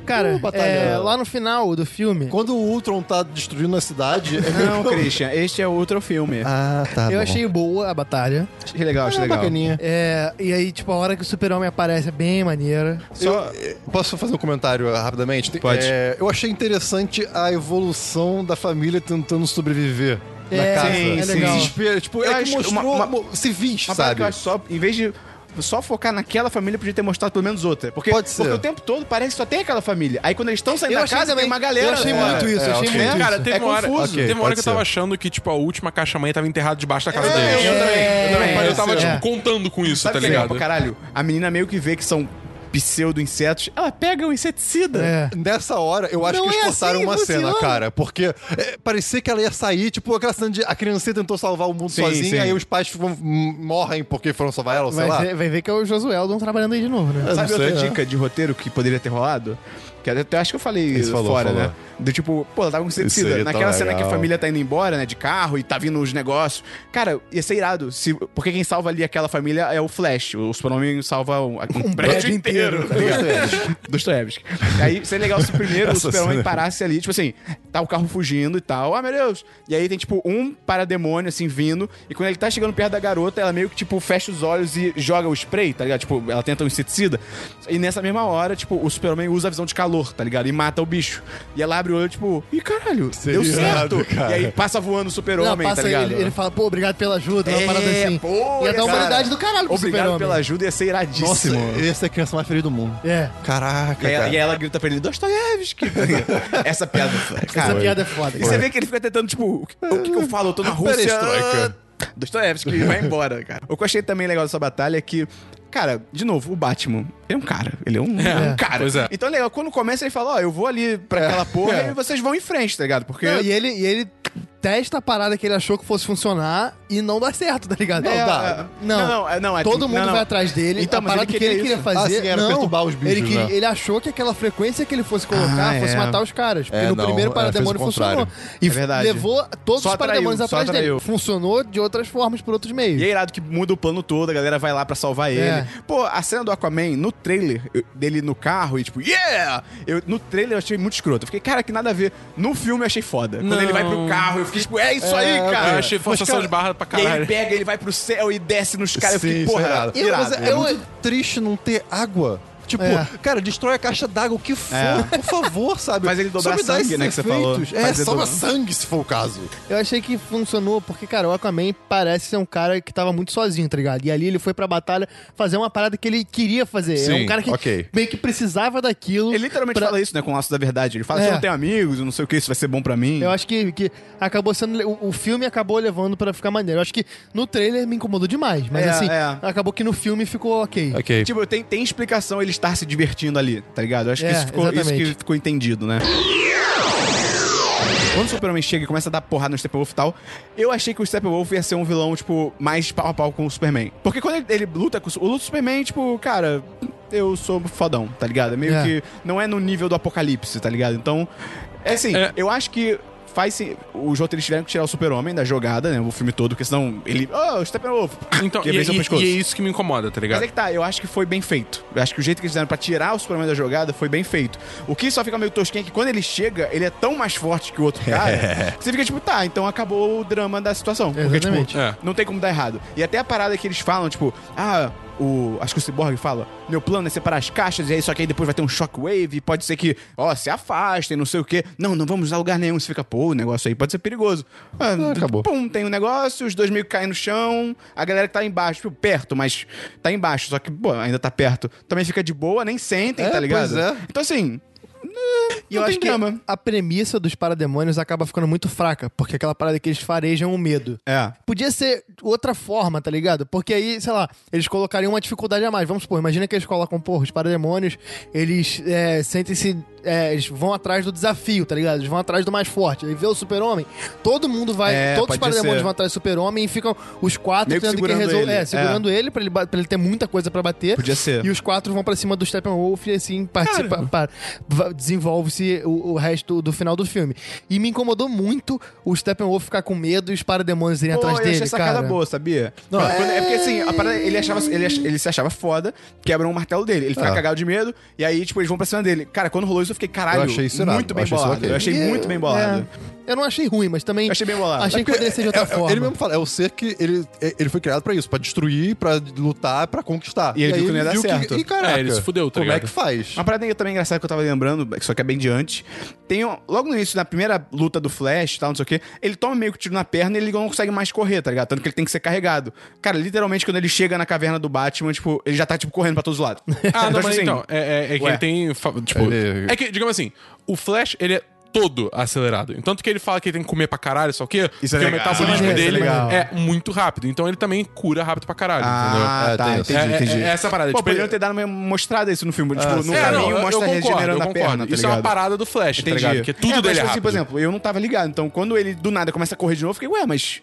Cara, Uh, batalha. é, lá no final do filme, Quando o Ultron tá destruindo a cidade... Não, Christian, este é outro filme. Ah, tá eu achei Ah, boa a batalha. Achei legal, achei é, legal. bacaninha. É, e aí, tipo, a hora que o super-homem aparece é bem maneira. Só- eh, posso fazer um comentário ah, rapidamente? Tem- Pode. eh, eu achei interessante a evolução da família tentando sobreviver É, na casa. sim, é legal. Desespero, tipo, Eu é que acho mostrou uma- uma- mo- civis, Uma parada sabe? que eu acho só, em vez de só focar naquela família, podia ter mostrado pelo menos outra. Porque, Pode ser. porque o tempo todo parece que só tem aquela família. Aí quando eles estão saindo Eu da achei casa, também. tem uma galera. Eu achei né? muito isso, eu achei ok. muito isso. Cara, teve É uma hora, confuso. teve uma hora pode que eu tava ser. achando que, tipo, a última caixa-mãe tava enterrada debaixo da casa É, deles. eu também, eu também. Eu tava, É. tipo, contando com isso, Sabe o tá que é legal ligado? pra caralho? A menina meio que vê que são pseudo-insetos. Ela pega o inseticida. É. Nessa hora, eu acho Não é que eles forçaram assim, uma funciona. cena, cara. Porque eh, parecia que ela ia sair, tipo, aquela cena de a criança tentou salvar o mundo Sim, sozinha, sim. aí os pais vão- morrem porque foram salvar ela, ou sei Vai lá. ver, vai ver que é o Josueldon trabalhando aí de novo, né? Eu Sabe não sei, outra né? dica de roteiro que poderia ter rolado? Que até acho que eu falei Isso, falou, fora, falou. né? Do tipo, pô, ela tava com Isso inseticida. seria Naquela tão cena que a legal. família tá indo embora, né? De carro e tá vindo os negócios. Cara, ia ser irado. Se, porque quem salva ali aquela família é o Flash. O super-homem salva um, um prédio prédio inteiro. inteiro, tá ligado? Dostoiévski. Aí seria legal se primeiro o Essa super-homem cena. parasse ali, tipo assim, tá o carro fugindo e tal. Ah, meu Deus! E aí tem, tipo, um parademônio, assim, vindo. E quando ele tá chegando perto da garota, ela meio que, tipo, fecha os olhos e joga o spray, tá ligado? Tipo, ela tenta um inseticida. E nessa mesma hora, tipo, o super-homem usa a visão de calor, tá ligado? E mata o bicho. E ela abre o olho, tipo, ih, caralho, deu irado, certo! cara. E aí passa voando o Não, super-homem, tá passa ligado? ele, ele fala, pô, obrigado pela ajuda, uma É, parada assim. pô, Ia dar cara. humanidade do caralho pro Obrigado super-homem. pela ajuda, ia ser Nossa, iradíssimo. essa é a criança mais feliz do mundo. É, Caraca, E ela, cara. e ela grita pra ele, Dostoiévski. Essa piada. essa cara, piada é foda. E você vê que ele fica tentando, tipo, o que, o que que eu falo? Eu tô na Rússia. Perestroika. ah, Dostoiévski, ele vai embora, cara. O que eu achei também legal dessa batalha é que. Cara, de novo, o Batman, ele é um cara. Ele é um, É, um cara. pois é. Então é legal, quando começa, ele fala, ó, eu vou ali pra aquela porra e vocês vão em frente, tá ligado? Porque. É, Não, e, ele, e ele testa a parada que ele achou que fosse funcionar e não dá certo, tá ligado? É, dá. é, Não, não, não, é, não, é Todo tipo- mundo não, não. vai atrás dele. Então, a mas parada ele que queria ele queria isso. fazer. Ah, sim, era não, perturbar os bichos, ele, queria- né? ele achou que aquela frequência que ele fosse colocar Ah, fosse é. matar os caras. Porque É, no não, primeiro é, parademônio fez o funcionou. contrário. E É verdade. levou todos Só os parademônios atraiu, só atrás dele. atraiu. Funcionou de outras formas, por outros meios. E é irado que muda o plano todo, a galera vai lá pra salvar ele. É. Pô, a cena do Aquaman, no trailer eu- dele no carro e tipo, yeah! Eu, no trailer eu achei muito escroto. Eu fiquei, cara, que nada a ver. No filme eu achei foda. Quando Não. ele vai pro carro, eu fiquei tipo, é isso aí, cara! Eu achei Mas, forçação cara, de barra pra E aí ele caralho. pega, ele vai pro céu e desce nos caras. Eu Sim, fiquei, isso é porra, irado. irado. Mas é, é muito triste não ter água. Tipo, É. cara, destrói a caixa d'água, o que for, por favor, sabe? Faz ele dobrar Só me dá sangue, esses né, que você efeitos. falou. É, Faz ele dobrar. sobra sangue, se for o caso. Eu achei que funcionou porque, cara, o Aquaman parece ser um cara que tava muito sozinho, tá ligado? E ali ele foi pra batalha fazer uma parada que ele queria fazer. é um Sim, cara que ok. meio que precisava daquilo. Ele literalmente pra- fala isso, né, com o laço da verdade. Ele fala, É. eu não tenho amigos, eu não sei o que, isso vai ser bom pra mim. Eu acho que, que acabou sendo. O, o filme acabou levando pra ficar maneiro. Eu acho que no trailer me incomodou demais, mas É, assim, é. acabou que no filme ficou ok. Ok. Tipo, tem, tem explicação ele estar se divertindo ali, tá ligado? Eu acho É, que isso ficou, isso que exatamente. ficou entendido, né? Quando o Superman chega e começa a dar porrada no Steppenwolf e tal, eu achei que o Steppenwolf ia ser um vilão, tipo, mais pau a pau com o Superman. Porque quando ele, ele luta com o, Su- o luta do Superman, tipo, cara, eu sou fodão, tá ligado? É meio É. que. Não é no nível do apocalipse, tá ligado? Então. É assim, É. eu acho que. Faz se os roteiristas tiveram que tirar o super-homem da jogada, né? O filme todo, porque senão ele. Oh, Steppenwolf! Então, e, Quebrei seu e- pescoço. e é isso que me incomoda, tá ligado? Mas é que tá, eu acho que foi bem feito. Eu acho que o jeito que eles fizeram pra tirar o Superman da jogada foi bem feito. O que só fica meio tosquinho é que quando ele chega, ele é tão mais forte que o outro É. cara, que você fica tipo, tá, então acabou o drama da situação. Porque, Exatamente. tipo, É. não tem como dar errado. E até a parada que eles falam, tipo, ah. O, acho que o Cyborg fala: Meu plano é separar as caixas, e aí só que aí depois vai ter um shockwave. Pode ser que, ó, se afastem, não sei o quê. Não, não vamos a lugar nenhum. Você fica, pô, o negócio aí pode ser perigoso. Ah, acabou. Pum, tem o negócio, os dois meio que caem no chão, a galera que tá embaixo, tipo, perto, mas tá embaixo, só que, pô, ainda tá perto. Também fica de boa, nem sentem, É, tá ligado? pois é. Então, assim, E eu tem acho que drama. a premissa dos parademônios acaba ficando muito fraca, porque aquela parada que eles farejam o medo. É. Podia ser outra forma, tá ligado? Porque aí, sei lá, eles colocariam uma dificuldade a mais. Vamos supor, imagina que eles colocam, porra, os parademônios, eles é, sentem-se. é, eles vão atrás do desafio, tá ligado? Eles vão atrás do mais forte. Aí vê o super-homem, todo mundo vai. É, todos os pode parademônios ser. vão atrás do super-homem e ficam os quatro Meio que tendo que segurando resolver. ele. É, segurando ele pra ele, ba- pra ele ter muita coisa pra bater. Podia ser. E os quatro vão pra cima do Steppenwolf e assim participa, pa- va- desenvolve-se o, o resto do final do filme. E me incomodou muito o Steppenwolf ficar com medo e os parademônios irem Pô, atrás eu dele, achei essa cara. cara boa, sabia? Não, Quando- é... porque assim, a parada, ele, achava, ele, ach- ele se achava foda, quebram o martelo dele. Ele fica cagado de medo, e aí, tipo, eles vão pra cima dele. Cara, quando rolou isso, eu fiquei, caralho, Eu achei isso irado, muito eu bem achei isso bolado. ok. Eu achei muito bem bolado. É. Eu não achei ruim, mas também. Eu achei bem bolado. Achei que poderia ser de outra É, é, forma. ele mesmo fala, é o ser que ele, é, ele foi criado pra isso, pra destruir, pra lutar, pra conquistar. E ele viu que não ia dar viu certo. e caraca, É, ele se fudeu, tá Como é ligado? que faz? Uma parada também engraçada que eu tava lembrando, só que é bem diante. Tem um- logo no início, na primeira luta do Flash e tal, não sei o quê, ele toma meio que um tiro na perna e ele não consegue mais correr, tá ligado? Tanto que ele tem que ser carregado. Cara, literalmente, quando ele chega na caverna do Batman, tipo, ele já tá, tipo, correndo pra todos os lados. Ah, não, tipo mas assim, então, é, é- é que Ué. ele tem. fa- Tipo, Ele- É que, digamos assim, o Flash, ele é todo acelerado. Tanto que ele fala que ele tem que comer pra caralho, só que Isso é porque legal. o metabolismo Isso é dele legal. é muito rápido. Então ele também cura rápido pra caralho, Ah, É, tá, tem- entendi, entendeu? É- entendi. É, é essa parada. Pô, tipo, poderiam ele- ter dado uma mostrada isso no filme. tipo, no É, caminho não, eu- mostra eu regenerando a perna, tá Isso é ligado? uma parada do Flash, tá Entendi. ligado? Porque tudo mas, dele é tipo rápido. assim, por exemplo, eu não tava ligado. Então, quando ele, do nada, começa a correr de novo, eu fiquei, ué, mas...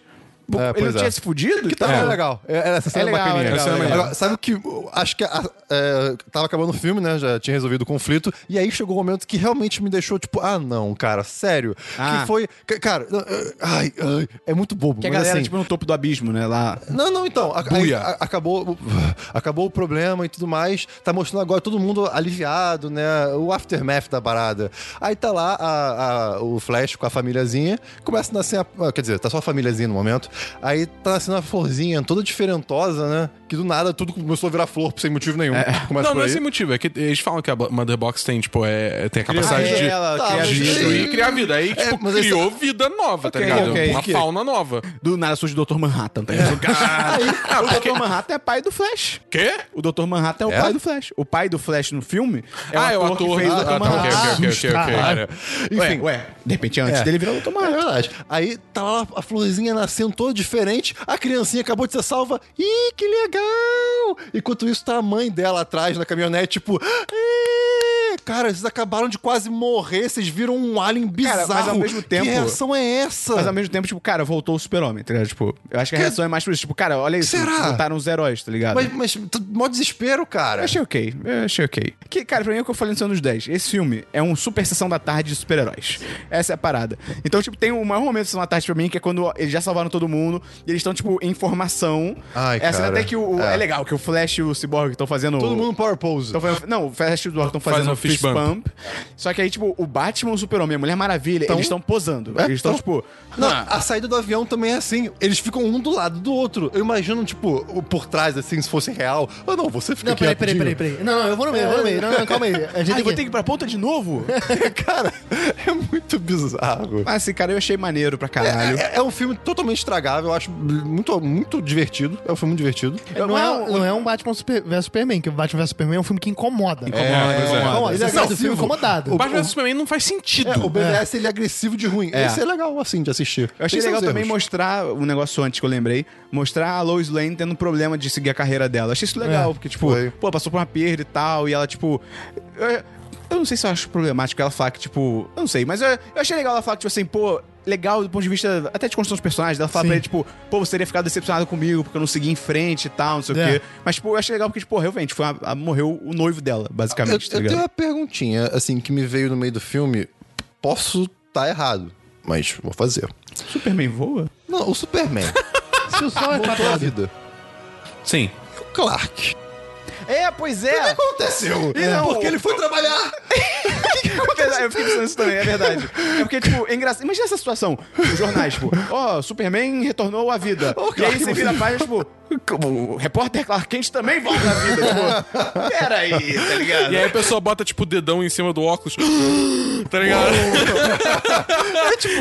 pô, É, ele pois não é. tinha se fudido? Que tá É. é. legal. É, é, essa cena é legal, bacaninha. é legal, Essa cena é legal. Agora, sabe o que. eu Acho que a- é, tava acabando o filme, né? Já tinha resolvido o conflito. E aí chegou o momento que realmente me deixou, tipo, ah, não, cara, sério. Ah. Que foi. ca- Cara, não, é, ai, ai, é muito bobo. Que a mas galera, assim, tipo, no topo do abismo, né? Lá... Não, não, então. a- Buia. a- a- acabou, o- acabou o problema e tudo mais. Tá mostrando agora todo mundo aliviado, né? O aftermath da parada. Aí tá lá a- a- o Flash com a famíliazinha. Começa a nascer. A, quer dizer, tá só a famíliazinha no momento. Aí tá nascendo a florzinha toda diferentosa, né? Que do nada tudo começou a virar flor sem motivo nenhum. Começa Não, por não é aí. sem motivo. É que eles falam que a Bla- Mother Box tem, tipo, é, tem a Ah, capacidade é, de. ela Tá, cria mas- vida. Destruir e criar vida. Aí, É, tipo, mas esse- criou vida nova, tá Ok, ligado? ok. Uma Por quê? fauna nova. Ah, Do nada surge o Dr. Manhattan, tá É. ligado? Caralho. o Dr. Manhattan é pai do Flash. Quê? O Dr. Manhattan é o É? pai do Flash. O pai do Flash no filme é o ah, ator, é o que ator. fez o Ah, Dr. tá, ok, Manhattan. Ah, ok, ok, ok, ok. cara. Enfim, Ué, de repente antes É. dele virou o Dr. É Manhattan. verdade. Aí tá lá a florzinha nascendo toda diferente, a criancinha acabou de ser salva. Ih, que legal! Enquanto isso, tá a mãe dela atrás na caminhonete, tipo. "Ê, Cara, vocês acabaram de quase morrer, vocês viram um alien Cara, bizarro. mas ao mesmo tempo- Que reação é essa? Mas ao mesmo tempo, tipo, cara, voltou o super-homem, tá ligado? Tipo, eu acho que a reação é mais por isso. Tipo, cara, olha isso. Será? Voltaram os heróis, tá ligado? Mas, mas t- mó desespero, cara. Eu achei ok, eu achei ok. Que, cara, pra mim é o que eu falei nos anos 10. Esse filme é um super sessão da tarde de super-heróis. Essa é a parada. Então, tipo, tem o maior momento de sessão da tarde pra mim, que é quando eles já salvaram todo mundo e eles estão, tipo, em formação. Ai, Essa cara. até que o, o- é. legal, que o Flash e o Cyborg estão fazendo. Todo mundo power pose. Tão fazendo- não, o Flash e o Cyborg estão Fazendo fazendo, o fist fist bump. pump. Só que aí, tipo, o Batman, o Super-Homem, a Mulher Maravilha, Tão- eles estão posando. É, eles estão, tão- tipo. Não, "Ah, a saída do avião também é assim. Eles ficam um do lado do outro. Eu imagino, tipo, o por trás, assim, se fosse real. Ah, não, você fica Não, peraí, peraí, quietinho. peraí, peraí. Não, não, eu vou no meio, eu vou no meio. Não, não, calma aí. A gente Ah, eu tem vou que- ter que ir pra ponta de novo? Cara, é muito bizarro. Mas, assim, cara, eu achei maneiro pra caralho. É, é um filme totalmente estragável, eu acho muito, muito divertido. É um filme muito divertido. Não é, um- não é um Batman super, vs Superman, que o Batman vs Superman é um filme que incomoda. É, pois é. Incomoda. Você sai do filme incomodado. O Batman vs Superman não faz sentido. É, o BDS ele é agressivo de ruim. É. Esse é legal, assim, de assistir. Eu achei Tem legal seus também erros. mostrar um negócio antes que eu lembrei. Mostrar a Lois Lane tendo um problema de seguir a carreira dela. Eu achei isso legal, É, porque, tipo, foi. pô, passou por uma perda e tal, e ela, tipo. eu- Eu não sei se eu acho problemático ela falar que, tipo. Eu não sei, mas eu, eu achei legal ela falar que, tipo assim, pô, legal do ponto de vista até de construção dos personagens. Ela fala Sim. pra ele, tipo, pô, você teria ficado decepcionado comigo porque eu não segui em frente e tal, não sei É. o quê. Mas, tipo, eu achei legal porque, tipo, morreu, gente, foi uma- a- morreu o noivo dela, Eu, basicamente, tá eu ligado? tenho uma perguntinha, assim, que me veio no meio do filme. Posso estar errado, mas vou fazer. Superman voa? Não, o Superman. Se o sol é Voltou à quadrado. vida. Sim. O Clark. É, pois é! Aconteceu. E não, porque ele foi trabalhar. eu fiquei pensando nisso também, é verdade. É porque, tipo, é engraçado. Imagina essa situação. Os jornais, tipo, ó, Superman retornou à vida. e aí você vira a página, tipo, o repórter Clark Kent também volta à vida. Tipo, peraí, tá ligado? E aí a pessoa bota, tipo, o dedão em cima do óculos. tá ligado? Oh.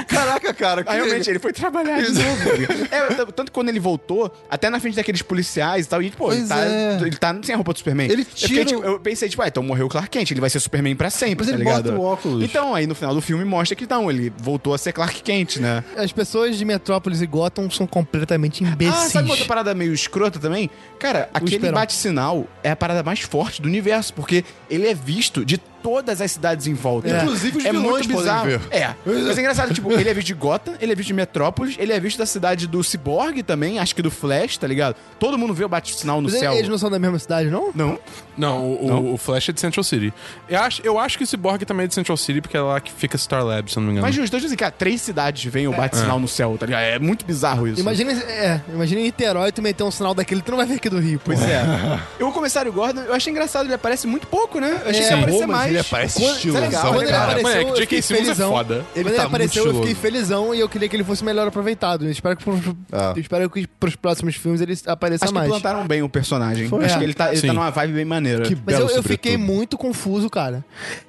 Caraca, cara. Aí realmente ele foi trabalhar de novo. É, t- tanto que quando ele voltou, até na frente daqueles policiais e tal, e pô, ele Pois tá, é. ele tá sem a roupa do Superman. Ele Eu fiquei, tira o- tipo, eu pensei, tipo, ah, então morreu o Clark Kent, ele vai ser Superman pra sempre, Mas tá ele ligado? bota o óculos. Então, aí no final do filme mostra que não, ele voltou a ser Clark Kent, né? As pessoas de Metrópolis e Gotham são completamente Ah, imbecis. sabe outra parada meio escrota também? Cara, aquele Esperão. bate-sinal é a parada mais forte do universo, porque ele é visto de todas as cidades em volta. É. Inclusive os é vilões muito podem bizarro. ver. É. Mas é engraçado, tipo, ele é visto de Gotham, ele é visto de Metrópolis, ele é visto da cidade do Cyborg também, acho que do Flash, tá ligado? Todo mundo vê o bate-sinal no Mas céu. Eles não são da mesma cidade, não? Não? Não, o, o- o Flash é de Central City. Eu acho, eu acho que o Cyborg também é de Central City, porque é lá que fica Star Lab, se eu não me engano. Mas os dois dizem, cara, três cidades veem o bate-sinal no céu, tá ligado? É muito bizarro isso. É. Imagina, é, imagina em Niterói tu meter um sinal daquele, tu não vai ver aqui do Rio, Pois pô. é. E o comissário Gordon, eu achei engraçado, ele aparece muito pouco, né? Eu achei É. que ia aparecer Pô, mas mais. ele aparece Quando- estilosão, né? Isso é legal, cara. é legal. aparece- moleque, eu J.K. fiquei Simmons é foda. Quando Ele ele tá apareceu, eu muito fiquei estiloso. felizão e eu queria que ele fosse melhor aproveitado. Eu espero que, pros- eu espero que pros próximos filmes ele apareça Ah. Acho que mais. plantaram bem o personagem. Acho É. que ele tá, ele Sim. tá numa vibe bem maneira. Que Mas eu, eu fiquei muito confuso, cara.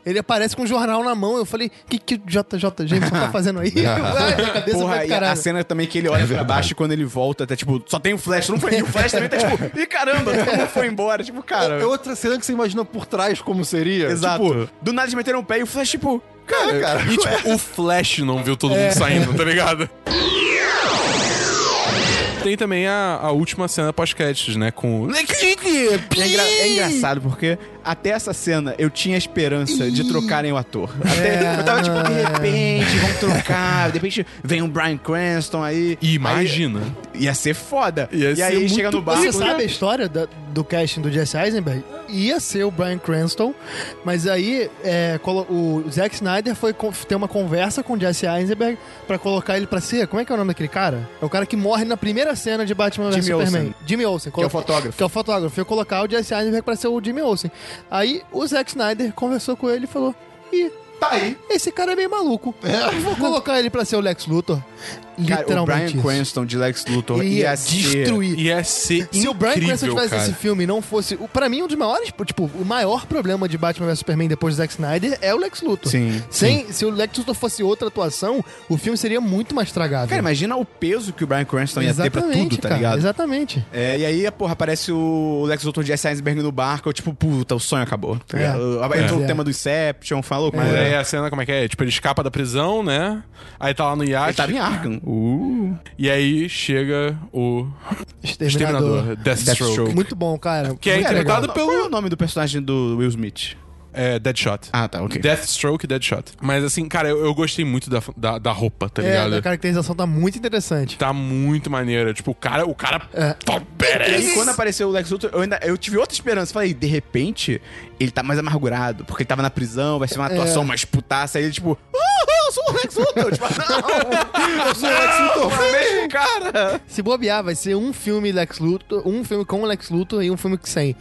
Ele aparece com um jornal na mão. Eu falei, que que o JJ Jameson tá fazendo aí? Ai, minha cabeça Porra, vai pro e a caralho. cena também que ele olha pra baixo e quando ele volta, tá tipo, só tem o Flash, não foi. E o Flash também tá tipo, ih caramba, todo mundo foi embora. Tipo, cara. É outra cena que você imagina por trás como seria. exato. do nada eles meteram o pé e o Flash, tipo, cara. É. cara. E, tipo, o Flash não viu todo mundo saindo, tá ligado? Tem também a, a última cena pós-créditos, né? Com. E é, engra- é engraçado, porque até essa cena eu tinha esperança de trocarem o ator. É. Até, eu tava tipo, de repente, vão trocar, de repente vem um Brian Cranston aí. E imagina. Aí ia ser foda. Ia e ser aí muito- chega no barco. né? Você sabe a história da- do casting do Jesse Eisenberg? Ia ser o Brian Cranston, mas aí é, colo- o Zack Snyder foi con- ter uma conversa com o Jesse Eisenberg pra colocar ele pra ser. Como é que é o nome daquele cara? É o cara que morre na primeira cena de Batman vs Jimmy Superman. Olsen. Jimmy Olsen. Que é o fotógrafo. Que é o fotógrafo. Foi colocar o Jesse Eisenberg pra ser o Jimmy Olsen. Aí o Zack Snyder conversou com ele e falou: Ih, Tá aí. esse cara é meio maluco. Eu vou colocar ele pra ser o Lex Luthor. Cara, o Brian Literalmente. isso. Cranston de Lex Luthor Ele ia ia ser... destruir. E é ser Se o Brian Cranston incrível, tivesse cara. esse filme e não fosse. o- Pra mim, um dos maiores. Tipo, o maior problema de Batman vs Superman depois do Zack Snyder é o Lex Luthor. Sim, Sem, Se o Lex Luthor fosse outra atuação, o filme seria muito mais tragado. Cara, imagina o peso que o Brian Cranston ia ter pra tudo, tá cara, ligado? Exatamente. É, e aí, porra, aparece o Lex Luthor de S. Eisenberg no barco, eu tipo, puta, o sonho acabou. Tá É. ligado? Aí entrou É. o tema do Inception, falou, mas Mas é. aí a cena, como é que é? Tipo, ele escapa da prisão, né? Aí tá lá no Ele iate. tava em Arkham. E aí chega o Exterminador. Exterminador, Deathstroke. Deathstroke. Muito bom, cara. Que é Muito legal. interpretado Qual é o nome do personagem do Will Smith? É, Deadshot. Ah, tá, ok. Deathstroke e Deadshot. Mas assim, cara, eu, eu gostei muito da, da, da roupa, tá É, ligado? a caracterização tá muito interessante. Tá muito maneira. Tipo, o cara, o cara É. tá E badass. aí, quando apareceu o Lex Luthor, eu, ainda, eu tive outra esperança. Falei, de repente, ele tá mais amargurado, porque ele tava na prisão, vai ser uma atuação mais putaça. Aí ele, tipo, "Ah, eu sou o Lex Luthor. Eu, tipo, não, eu sou o Lex Luthor. Foi o mesmo cara. Se bobear, vai ser um filme Lex Luthor, um filme com o Lex Luthor e um filme sem.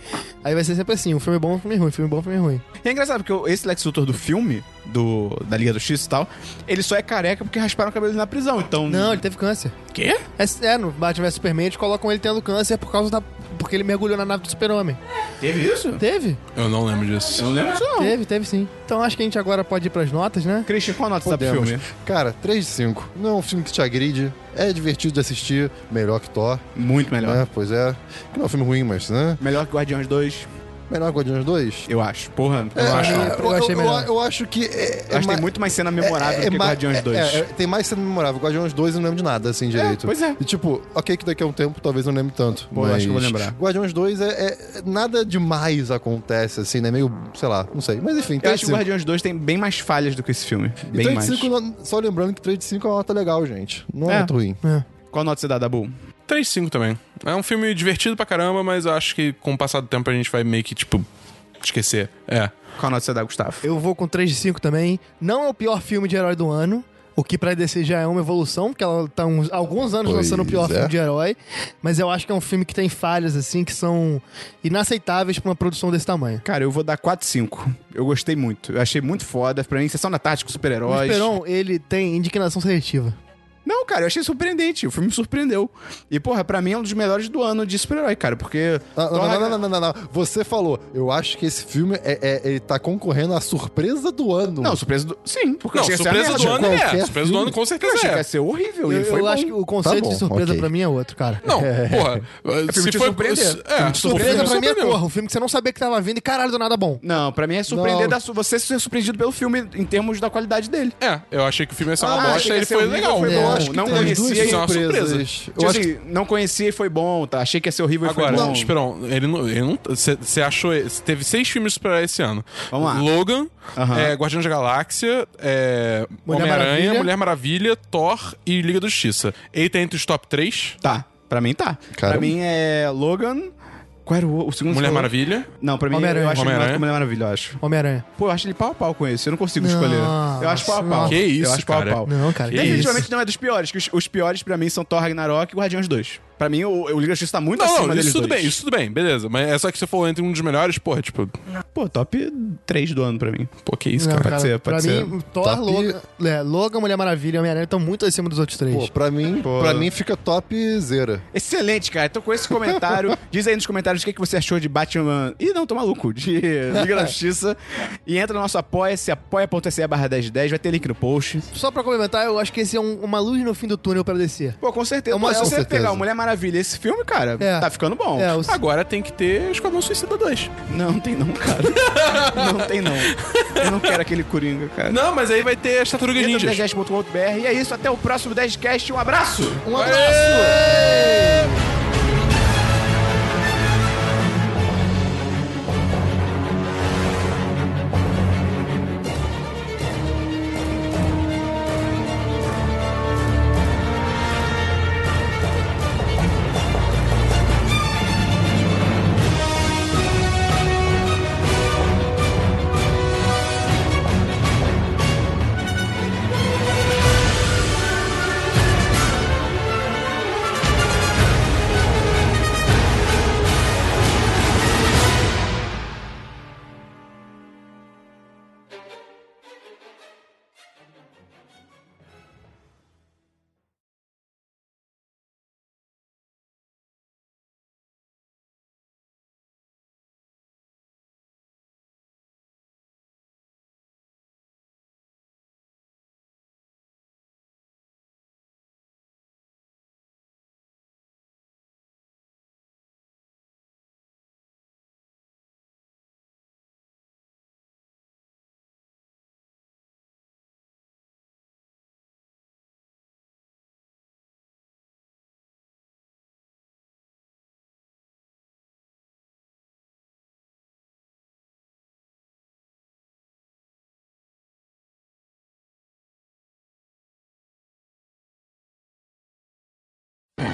Aí vai ser sempre assim: um filme bom, um filme ruim, um filme bom, um filme ruim. E é engraçado, porque esse Lex Luthor do filme, do, da Liga do X e tal, ele só é careca porque rasparam o cabelo dele na prisão. Então. Não, ele teve câncer. Quê? É, é, no Batman vs Superman eles colocam ele tendo câncer por causa da. Porque ele mergulhou na nave do Super-Homem. Teve Ah. isso? Teve? Eu não lembro disso. Eu não lembro disso, não. Teve, teve sim. Então acho que a gente agora pode ir pras notas, né? Christian, qual a nota do Tipo, Podemos. filme? Cara, 3 de 5. Não é um filme que te agride. É divertido de assistir. Melhor que Thor, Muito melhor. né? Pois é. Que não é um é filme ruim, mas, né? Melhor que Guardiões 2. melhor que Guardiões 2? Eu acho. Porra, eu É, acho. eu achei melhor. eu acho que. É, Eu acho que ma- tem muito mais cena memorável do que ma- Guardiões é- 2. é, é, tem mais cena memorável. Guardiões 2 eu não lembro de nada, assim, direito. pois é. E, tipo, ok que daqui a um tempo talvez eu não lembre tanto. Bom, eu acho que eu vou lembrar. Guardiões 2 é, é- Nada demais acontece, assim, né? Meio, sei lá, não sei. Mas enfim, Eu Trade acho que o 5. Guardiões 2 tem bem mais falhas do que esse filme. E Bem Trade mais. 5, não- só lembrando que Trade 5 é uma nota legal, gente. Não é, É. muito ruim. Qual nota você dá, Dabu? 3-5 também. É um filme divertido pra caramba, mas eu acho que com o passar do tempo a gente vai meio que, tipo, esquecer. É. Qual nota você dá, Gustavo? Eu vou com 3 de 5 também. Não é o pior filme de herói do ano. O que pra DC já é uma evolução, porque ela tá uns, alguns anos Pois lançando o pior é. filme de herói. Mas eu acho que é um filme que tem falhas, assim, que são inaceitáveis pra uma produção desse tamanho. Cara, eu vou dar 4, 5. Eu gostei muito. Eu achei muito foda. Pra mim, sessão da tática, O super-heróis. Esperon, ele tem indignação seletiva. Não, cara, eu achei surpreendente. O filme me surpreendeu. E, porra, pra mim é um dos melhores do ano de super-herói, cara, porque. Ah, Não, é, Thor né? não, não, Ragnarok- não, não, não, não. Você falou, eu acho que esse filme é, é- ele tá concorrendo à surpresa do ano. Não, surpresa do. Sim, porque Não, eu achei que ia ser surpresa a do merda. ano é. qualquer Surpresa do filme. ano com Eu certeza achei que é. ia ser horrível. Eu, e foi eu bom. acho que o conceito Tá bom, de surpresa ok. pra mim é outro, cara. Não, porra. uh, É filme Se te foi por surpreender. Filme isso. É, te Surpresa pra mim é surpreendeu. porra. Um filme que você não sabia que tava vindo e caralho, do nada bom. Não, pra mim é surpreender Não. da su- você ser surpreendido pelo filme em termos da qualidade dele. É, eu achei que o filme ia ser uma Ah, achei que bosta ia ele ser foi horrível, legal. foi bom. É. acho que não tem as conhecia duas e isso é uma surpresas. surpresa. Eu Tipo acho que assim, não conhecia e foi bom, tá? Achei que ia ser horrível e foi Agora, bom. Esperão, ele não. Ele não você achou. esse- Teve seis filmes pra esse ano. Vamos lá. Logan, Aham. é, Guardiões da Galáxia, é, Mulher Homem-Aranha, Maravilha. Mulher Maravilha, Thor e Liga da Justiça. Ele tá entre os top 3. Tá, pra mim tá. Cara. Pra mim é Logan. Qual era o, o segundo? Mulher Falou? Maravilha. Não, pra mim Homem-Aranha. eu acho Mulher Homem-Aranha. Mulher Maravilha, eu acho. Homem-Aranha. Pô, eu acho ele pau a pau com esse. Eu não consigo escolher. Eu acho pau a pau. Nossa. Que isso, Eu acho pau cara. a pau. Não, cara, que Definitivamente isso. não é dos piores. Que os, os piores pra mim são Thor Ragnarok e Guardiões 2. Pra mim, o, o Liga da Justiça tá muito Não, acima não, deles isso tudo dois. bem, isso tudo bem, beleza. Mas é só que você falou entre um dos melhores, porra, tipo, Pô, top 3 do ano pra mim. pô, que isso, Não, cara. pode ser, pode pra ser. mim, Thor, Top- Logan, é, Logan, Mulher Maravilha e Homem-Aranha estão muito acima dos outros três. Pô, pra mim, pra mim fica top zera. Excelente, cara. Então, com esse comentário, diz aí nos comentários o que, que você achou de Batman. Ih, não, tô maluco. De Liga da Justiça. E entra no nosso apoia-se, apoia.se barra 1010. Vai ter link no post. Só pra complementar, eu acho que esse é um- uma luz no fim do túnel pra descer. Pô, com certeza. É uma- Pô, se com você certeza. pegar o Mulher Maravilha e esse filme, cara, É. tá ficando bom. É, o- Agora tem que ter Esquadrão Suicida 2. Não, tem não, cara. não tem não. Eu não quero aquele Coringa, cara. Não, mas aí vai ter as Tartarugas Entra no Ninjas. 1010.com.br e é isso. Até o próximo 10cast. Um abraço! Um abraço!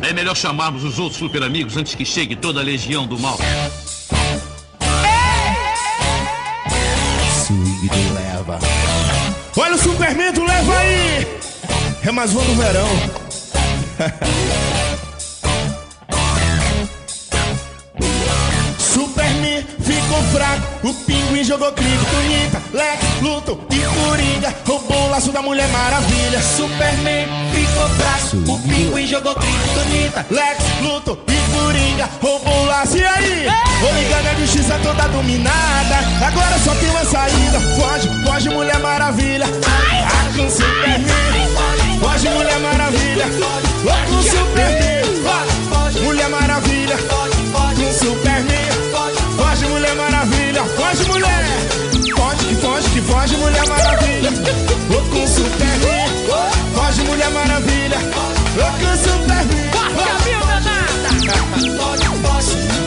É melhor chamarmos os outros super amigos antes que chegue toda a legião do mal. Olha o Superman, tu leva aí! É mais um do verão. Superman ficou fraco, o pinguim jogou crico, Tunita, Lex, Luto e Coringa roubou o laço da Mulher Maravilha. Superman ficou fraco, o pinguim jogou crico, Tunita, Lex, Luto e Coringa roubou o laço. E aí? Vou ligando a justiça toda dominada, agora só tem uma saída. Foge, foge Mulher Maravilha, ah, com Superman. Foge Mulher Maravilha, ah, com Superman. Foge, Mulher Maravilha, com Superman. Foge, Mulher Maravilha. é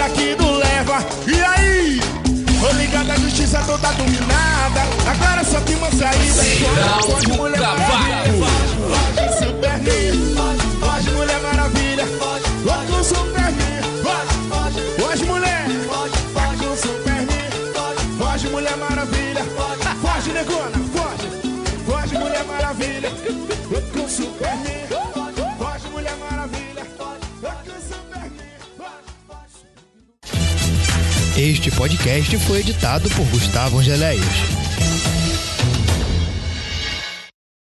é ó. E aí? Tô ligado, a justiça toda dominada. Agora só tem uma saída. Foge, foge, mulher maravilha. Superman. Foge, mulher maravilha. Foge com Superman. Foge, foge, mulher. Foge com Superman. Foge, mulher maravilha. Foge, negona. Foge. Foge, mulher maravilha. Foge com Superman. Foge, mulher maravilha. Foge com Superman. Foge, foge. Este podcast foi editado por Gustavo Angeléias.